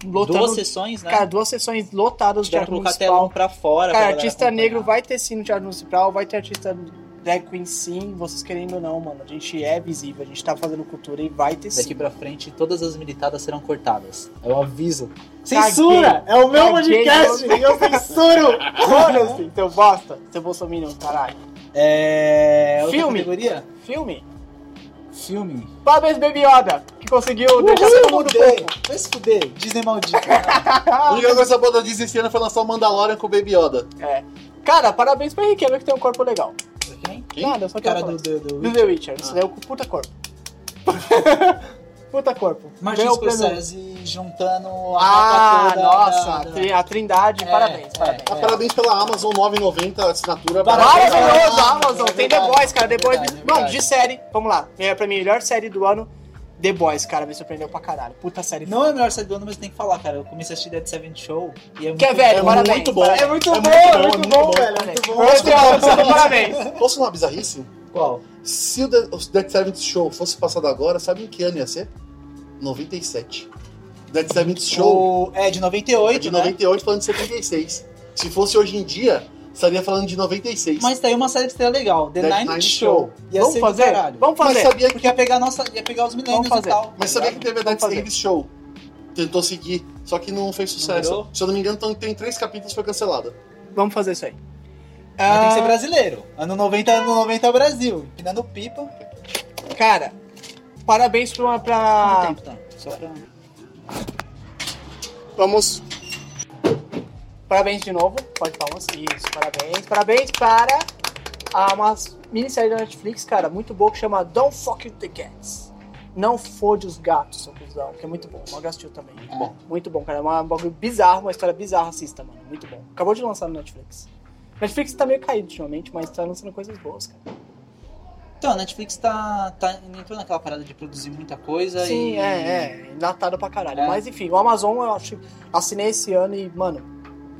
B: lotando...
A: Duas sessões, né?
B: Cara, duas sessões lotadas do
A: Tiveram que
B: Teatro
A: colocar
B: Municipal.
A: telão pra fora. pra *laughs*
B: Cara,
A: galera
B: É, artista
A: acompanhar.
B: negro vai ter sim no Teatro Municipal, vai ter artista drag queen sim, vocês querendo ou não, mano. A gente é visível, a gente tá fazendo cultura e vai ter
A: Daqui
B: sim.
A: pra frente, todas as militadas serão cortadas. É o aviso.
B: Caguei.
A: Censura! É o meu
B: Caguei,
A: podcast! Eu censuro!
B: Foda-se, seu bosta, seu bolsominion, caralho.
A: É... outra
B: Filme.
A: categoria?
B: Filme.
A: Filme.
B: Parabéns, Baby Yoda, que conseguiu deixar todo mundo
A: Fudeu.
B: fofo.
A: Vai se fuder. Disney maldita.
B: Ah,
E: A única coisa boa da Disney esse ano foi lançar o Mandalorian com o Baby Yoda.
B: É. Cara, parabéns pra Henrique, que tem um corpo legal.
A: Quem?
E: Quem?
B: Nada, eu só
A: O
B: quero
A: cara
B: falar
A: do...
B: isso.
A: do, do...
B: Do The Witcher, isso
E: Ah.
B: daí é o
A: *laughs*
B: puta corpo. puta corpo.
A: Martin
B: Ganhou o prêmio.
A: Scorsese tá, juntando a
B: Ah,
A: capa toda
B: nossa,
A: da- da-
B: tri- a trindade,
A: É,
B: parabéns,
A: é.
B: parabéns.
E: Ah,
A: É.
E: Parabéns pela Amazon 9,90 assinatura. é
A: Parabéns,
B: Maravilhoso,
A: Ah,
B: Amazon.
A: é
B: Tem The
A: verdade,
B: Boys, cara. The
A: é
B: Boys.
A: verdade, é
B: Mano,
A: verdade.
B: de série, vamos lá. É pra mim, a melhor série do ano. The Boys, cara, me surpreendeu pra caralho. Puta série.
A: Não é a melhor série do ano, mas tem que falar, cara. Eu comecei a assistir Dead Seven Show e é muito
B: Que é velho,
E: É
B: parabéns.
E: muito bom.
B: parabéns.
E: É muito bom, é muito bom,
B: velho.
A: muito bom.
B: Parabéns. Parabéns. é um Parabéns.
E: Ah, Posso falar uma bizarrice?
A: Qual?
E: Se o The- o Dead Seventh Show fosse passado agora, sabe em que ano ia ser? 97. Dead Seventh Show
A: O... É, de
E: é
A: 98,
E: de
A: né?
E: 98 falando de 76. Se fosse hoje em dia, estaria falando de 96.
A: Mas tem uma série que seria legal, The
E: Dead
A: Nine,
E: Night
A: Show. Ia
B: Vamos
A: ser do
B: fazer?
A: caralho.
B: Vamos
E: Mas
B: fazer.
E: sabia, que,
A: Porque ia pegar, a nossa... ia pegar os milênios
B: Vamos fazer.
A: e tal.
E: mas sabia que teve a Dead
B: Vamos fazer.
E: Seventh Show. Tentou seguir, só que não fez sucesso.
A: virou?
E: Se eu não me engano, então tem três capítulos foi cancelada.
B: Vamos fazer isso aí.
A: Mas tem que ser
B: Ah,
A: brasileiro. Ano 90, ano 90 é o Brasil. Empinando pipa.
B: Cara, parabéns pra.
A: Quanto
B: pra...
A: tá tempo tá? Só pra...
B: Vamos. Parabéns de novo. Pode palmas. Isso, parabéns. Parabéns para a uma minissérie da Netflix, cara, muito boa, que chama Don't Fuck the Cats. Não fode os gatos, seu cuzão, que é muito bom. Uma gastil também.
E: Bom.
B: Muito bom, cara. É uma- um bagulho bizarro, uma história bizarra, assista, mano. Muito bom. Acabou de lançar no Netflix. Netflix tá meio caído ultimamente, mas tá lançando coisas boas, cara.
A: Então, a Netflix tá, tá entrou naquela parada de produzir muita coisa e.
B: Sim, é, é. Enlatado pra caralho.
A: É.
B: Mas enfim, o Amazon eu acho. Assinei esse ano e, mano,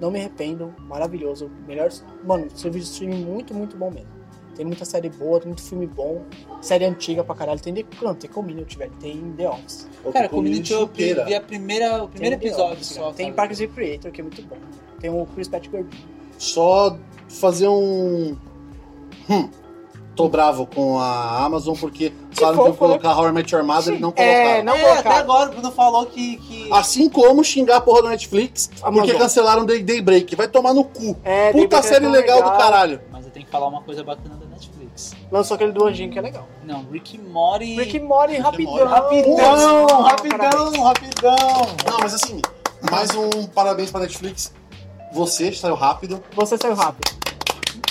B: não me arrependo. Maravilhoso. Melhor. Mano, serviço de streaming muito, muito bom mesmo. Tem muita série boa, tem muito filme bom. Série antiga pra caralho. Tem The, não, tem Community, velho. Tem The Office.
A: Cara, Community eu vi vi a primeira, o primeiro
B: Tem The
A: episódio
B: Office,
A: só.
B: cara. Tem
A: sabe?
B: Parks and Creator, que é muito bom. Tem o Chris Pratt gordinho.
E: Só fazer um. Hum. Tô bravo com a Amazon porque falaram que eu
B: fofo, né?
E: colocar How I Met Your Mother e não
B: É,
E: colocaram.
B: não
A: é, até
B: colocaram.
A: agora o Bruno falou que. que...
E: Assim como xingar a porra da Netflix porque
B: Amazon.
E: cancelaram Day Day Break. Vai tomar no cu.
B: É, The
E: Puta
B: Breaker
E: série
B: é
E: legal, do caralho.
A: Mas eu tenho que falar uma coisa bacana da Netflix.
B: Lançou aquele do Anjinho que é legal.
A: Não, Rick and Morty.
B: Rick and Morty, rapidão.
A: Rapidão,
B: Nossa, parabéns.
A: rapidão, rapidão.
E: Não, mas assim, mais um parabéns pra Netflix. Você saiu rápido.
B: Você saiu rápido.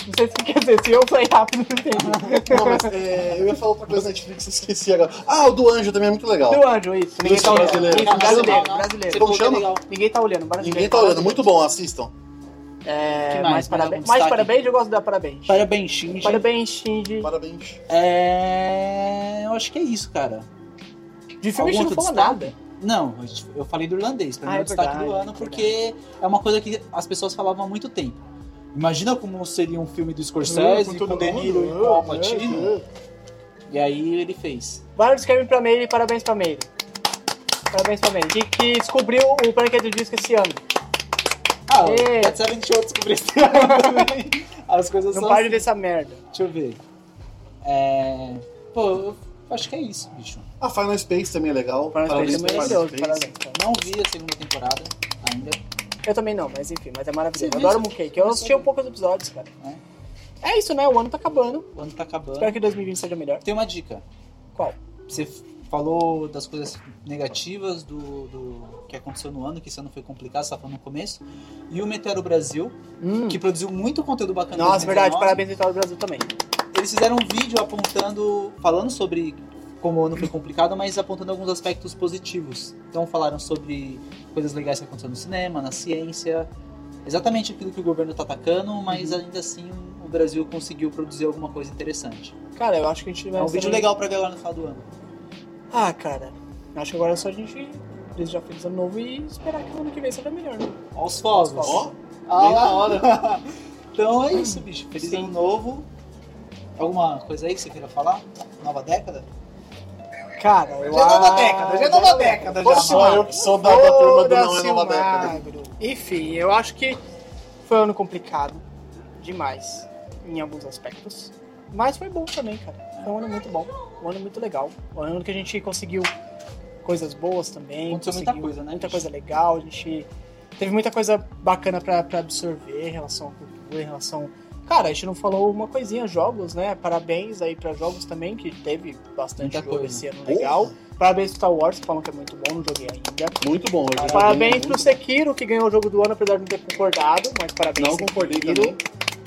B: Não sei se quer dizer, se eu sair rápido, não entendi.
E: Não, mas é, eu ia falar outra coisa da Netflix, eu esqueci agora. Ah, o do Anjo também é muito legal.
B: Do anjo, isso. Ninguém
E: Isso,
B: tá olhando.
E: brasileiro.
B: Isso, brasileiro,
A: Não, não.
B: brasileiro.
A: é
E: Como chama?
B: Ninguém tá olhando, brasileiro.
E: Ninguém tá olhando, muito bom, assistam.
B: É,
A: Que mais?
B: mais,
A: Mais algum
B: parabéns.
A: destaque?
B: Mais parabéns, eu gosto de dar parabéns.
A: Parabéns, Shinji.
B: Parabéns, Shinji.
E: Parabéns.
A: É... Eu acho que é isso, cara.
B: De filme a gente
A: Algum
B: não falou
A: outro
B: nada.
A: Não, eu falei do irlandês, pra mim
B: Ah,
A: é
B: é
A: o destaque
B: verdade,
A: do ano,
B: é
A: porque é uma coisa que as pessoas falavam há muito tempo. Imagina como seria um filme do
B: Ah,
A: Scorsese, com
B: todo
A: De Niro e
B: mundo.
A: com Al
B: Ah,
A: Pacino.
B: ah, ah.
A: E aí ele fez.
B: Vários Kevin pra Meire, parabéns pra Meire. Parabéns pra Meire, que, que descobriu o Planeta Disco esse ano.
A: Ah,
B: É.
A: o Pet Seven Show descobriu esse ano também. As coisas
B: Não
A: são
B: pare
A: assim.
B: dessa merda.
A: Deixa eu ver. É... Pô, eu acho que é isso, bicho.
E: A Final Space também é legal.
B: Parabéns, é
E: pra
B: maravilhoso, parabéns.
A: Não vi a segunda temporada ainda.
B: Eu também não, mas enfim, mas é maravilhoso.
A: Você
B: Eu adoro
A: viu?
B: Mooncake. Eu assisti um poucos episódios, cara. É. isso, né? O ano tá acabando.
A: O ano tá acabando.
B: Espero que 2020 seja melhor.
A: Tem uma dica.
B: Qual?
A: Você f- falou das coisas negativas do, do que aconteceu no ano, que esse ano foi complicado, você tá falando no começo. E o Meteoro Brasil, que produziu muito conteúdo bacana. em
B: Hum. Nossa, verdade.
A: 2019.
B: Parabéns, Vitória do Brasil também.
A: Eles fizeram um vídeo apontando, falando sobre como o ano foi complicado, mas apontando alguns aspectos positivos. Então falaram sobre coisas legais que aconteceram no cinema, na ciência, exatamente aquilo que o governo tá atacando, mas
B: Uhum.
A: ainda assim o Brasil conseguiu produzir alguma coisa interessante.
B: Cara, eu acho que a gente vai...
A: É um vídeo legal pra galera no final do ano.
B: Ah, cara. Acho que agora é só a gente desejar feliz ano novo e esperar que o ano que vem seja melhor, né?
A: Ó os fogos.
E: Ó,
A: Ah,
E: bem na *laughs* hora.
A: então é isso, bicho. Feliz
B: Sim.
A: ano novo. Alguma coisa aí que você queira falar? Nova década?
B: Cara, eu
A: Já é nova
B: acho-
A: década, já é nova década, já.
B: Ô,
E: Só
B: Silmar,
E: eu que sou da, da turma do Não é
B: Foda-se
E: Nova
B: o
E: Década.
B: magro. Enfim, eu acho que foi um ano complicado demais em alguns aspectos. Mas foi bom também, cara. Foi um ano muito bom. Um ano muito legal. Um ano que a gente conseguiu coisas boas também.
A: Aconteceu muita
B: conseguiu
A: coisa, né,
B: Muita
A: bicho?
B: coisa legal. A gente teve muita coisa bacana pra, pra absorver em relação à cultura, em relação. Cara, a gente não falou uma coisinha, jogos, né? Parabéns aí pra jogos também, que teve bastante
A: Muita
B: jogo
A: coisa.
B: esse ano legal. Parabéns pro Star Wars, que falam que é muito bom, não joguei ainda.
E: Muito bom. eu joguei
B: Parabéns
E: muito
B: pro
E: bom.
B: Sekiro, que ganhou o jogo do ano, apesar de não ter concordado, mas parabéns,
E: Não concordei
B: Sekiro.
E: também.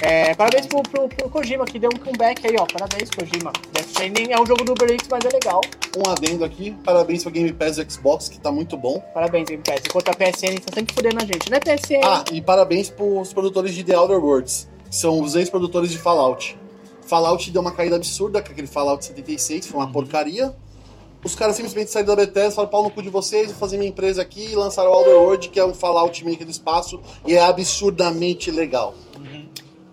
B: É, parabéns pro, pro- pro Kojima, que deu um comeback aí, ó. Parabéns, Kojima. Death Stranding é um jogo do Uber Eats, mas é legal.
E: Um adendo aqui. Parabéns pro Game Pass do Xbox, que tá muito bom.
B: Parabéns, Game Pass. Enquanto a PSN tá sempre fudendo a gente, né, PSN?
E: Ah, e parabéns pros produtores de The Outer Worlds, que são os ex-produtores de Fallout. Fallout deu uma caída absurda com aquele Fallout 76, foi
B: Uhum.
E: uma porcaria. Os caras simplesmente saíram da Bethesda, falaram pau no cu de vocês, vou fazer minha empresa aqui e lançaram o Outer World, que é um Fallout meio que do espaço, e é absurdamente legal.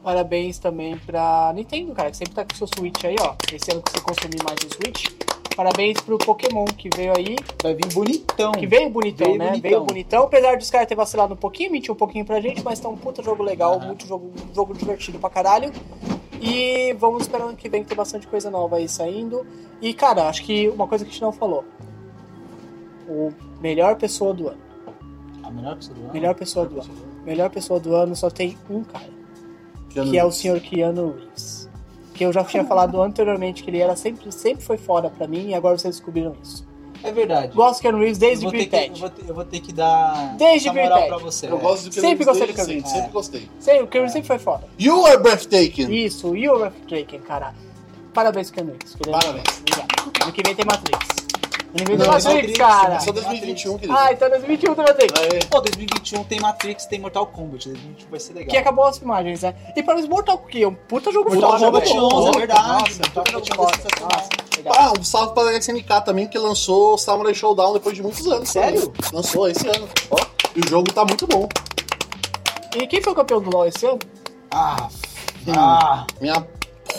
B: Parabéns também pra Nintendo, cara, que sempre tá com o seu Switch aí, ó. Esse ano que você consumir mais o Switch. Parabéns pro Pokémon, que veio aí,
A: Vai vir bonitão.
B: que veio bonitão,
A: Veio
B: né?
A: bonitão.
B: Veio bonitão, apesar dos caras terem vacilado um pouquinho, mentiu um pouquinho pra gente, mas tá um puta jogo legal,
A: Aham.
B: muito jogo, um jogo divertido pra caralho. E vamos esperar ano que vem que tem bastante coisa nova aí saindo. E, cara, acho que uma coisa que a gente não falou. O melhor pessoa do ano.
A: A melhor pessoa do ano.
B: Melhor pessoa do ano. Melhor pessoa do ano só tem um cara que é o senhor Keanu Reeves. Que eu já tinha falado anteriormente que ele era sempre, sempre foi fora pra mim e agora vocês descobriram isso.
A: É verdade.
B: Gosto de Keanu Reeves
A: Eu
B: desde
A: vou, ter
B: Green
A: que, eu,
B: Tech.
A: vou ter, eu vou ter que dar
B: Desde
A: essa moral
B: Green
A: pra
B: Tech.
A: você.
E: Eu gosto do que
B: Sempre gostei do
E: desde
B: Keanu
E: sempre, sempre gostei.
B: Sei, o Keanu Reeves sempre foi foda.
E: You are breathtaking.
B: Isso, e o Ralph Draken, cara. Parabéns, Keanu Reeves. querendo-
E: Parabéns.
B: Obrigado. Ano que vem tem Matrix. Ano que vem
E: Não,
B: tem
E: é só
B: Matrix,
E: Matrix,
B: cara.
E: é só 2021, querido.
B: Ah, então 2021 tem Matrix.
E: Aê.
A: Pô, 2021 tem Matrix, tem Mortal Kombat. 2021 vai ser legal.
B: Que é- acabou as filmagens, né? E para os Mortal Kombat, que é um puta jogo
E: Mortal
B: foda,
E: Kombat
B: velho.
E: 11, é
A: verdade.
B: Nossa,
A: Mortal
B: puta jogo
A: Kombat
B: foda.
A: 11 é sensacional.
B: Nossa, legal.
E: Ah, um salve pra SNK também, que lançou o Samurai Showdown depois de muitos anos.
A: Sério?
E: Lançou esse ano. Ó, e o jogo tá muito bom.
B: E quem foi o campeão do LoL esse ano?
A: Ah, ah.
E: Minha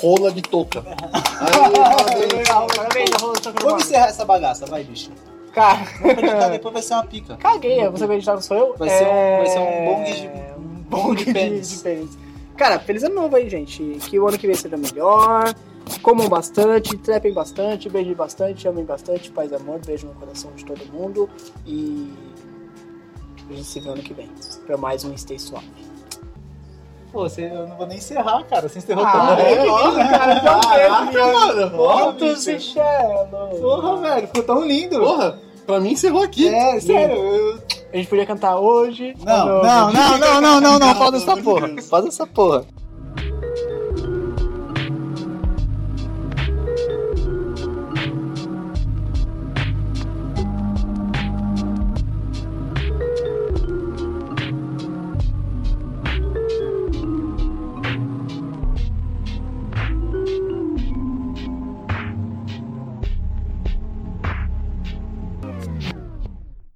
E: rola de touca. Aí,
B: Parabéns, arroz,
A: Vamos encerrar essa bagaça, vai, bicho.
B: Cara,
A: Pra
B: *laughs*
A: editar depois vai ser uma pica.
B: caguei, eu vou saber editar, não sou eu.
A: Uhum. Vai ser um-
B: É,
A: vai ser um bong de-
B: um
A: um
B: bong
A: bong de
B: de
A: pênis.
B: de pênis. Cara, feliz ano novo aí, gente. Que o ano que vem seja melhor. Comam bastante, trepem bastante, beijem bastante, amem bastante, paz e amor, beijo no coração de todo mundo. E a gente se vê ano que vem pra mais um Stay Suave.
A: Pô, você, eu não vou nem encerrar, cara. Você encerrou
B: Ah,
A: tão bem.
B: é? cara, tão
E: Caraca,
B: bem,
E: mano.
B: Pontos
A: bicho.
B: e Shallow.
A: Porra, velho, ficou tão lindo.
E: Porra, pra mim encerrou aqui.
A: é, sério. eu-
B: A gente podia cantar hoje.
A: Não,
B: Ah,
A: não, não, não, não, não, não.
E: Não,
A: Faz essa
E: pelo amor de
A: porra. Faz essa porra.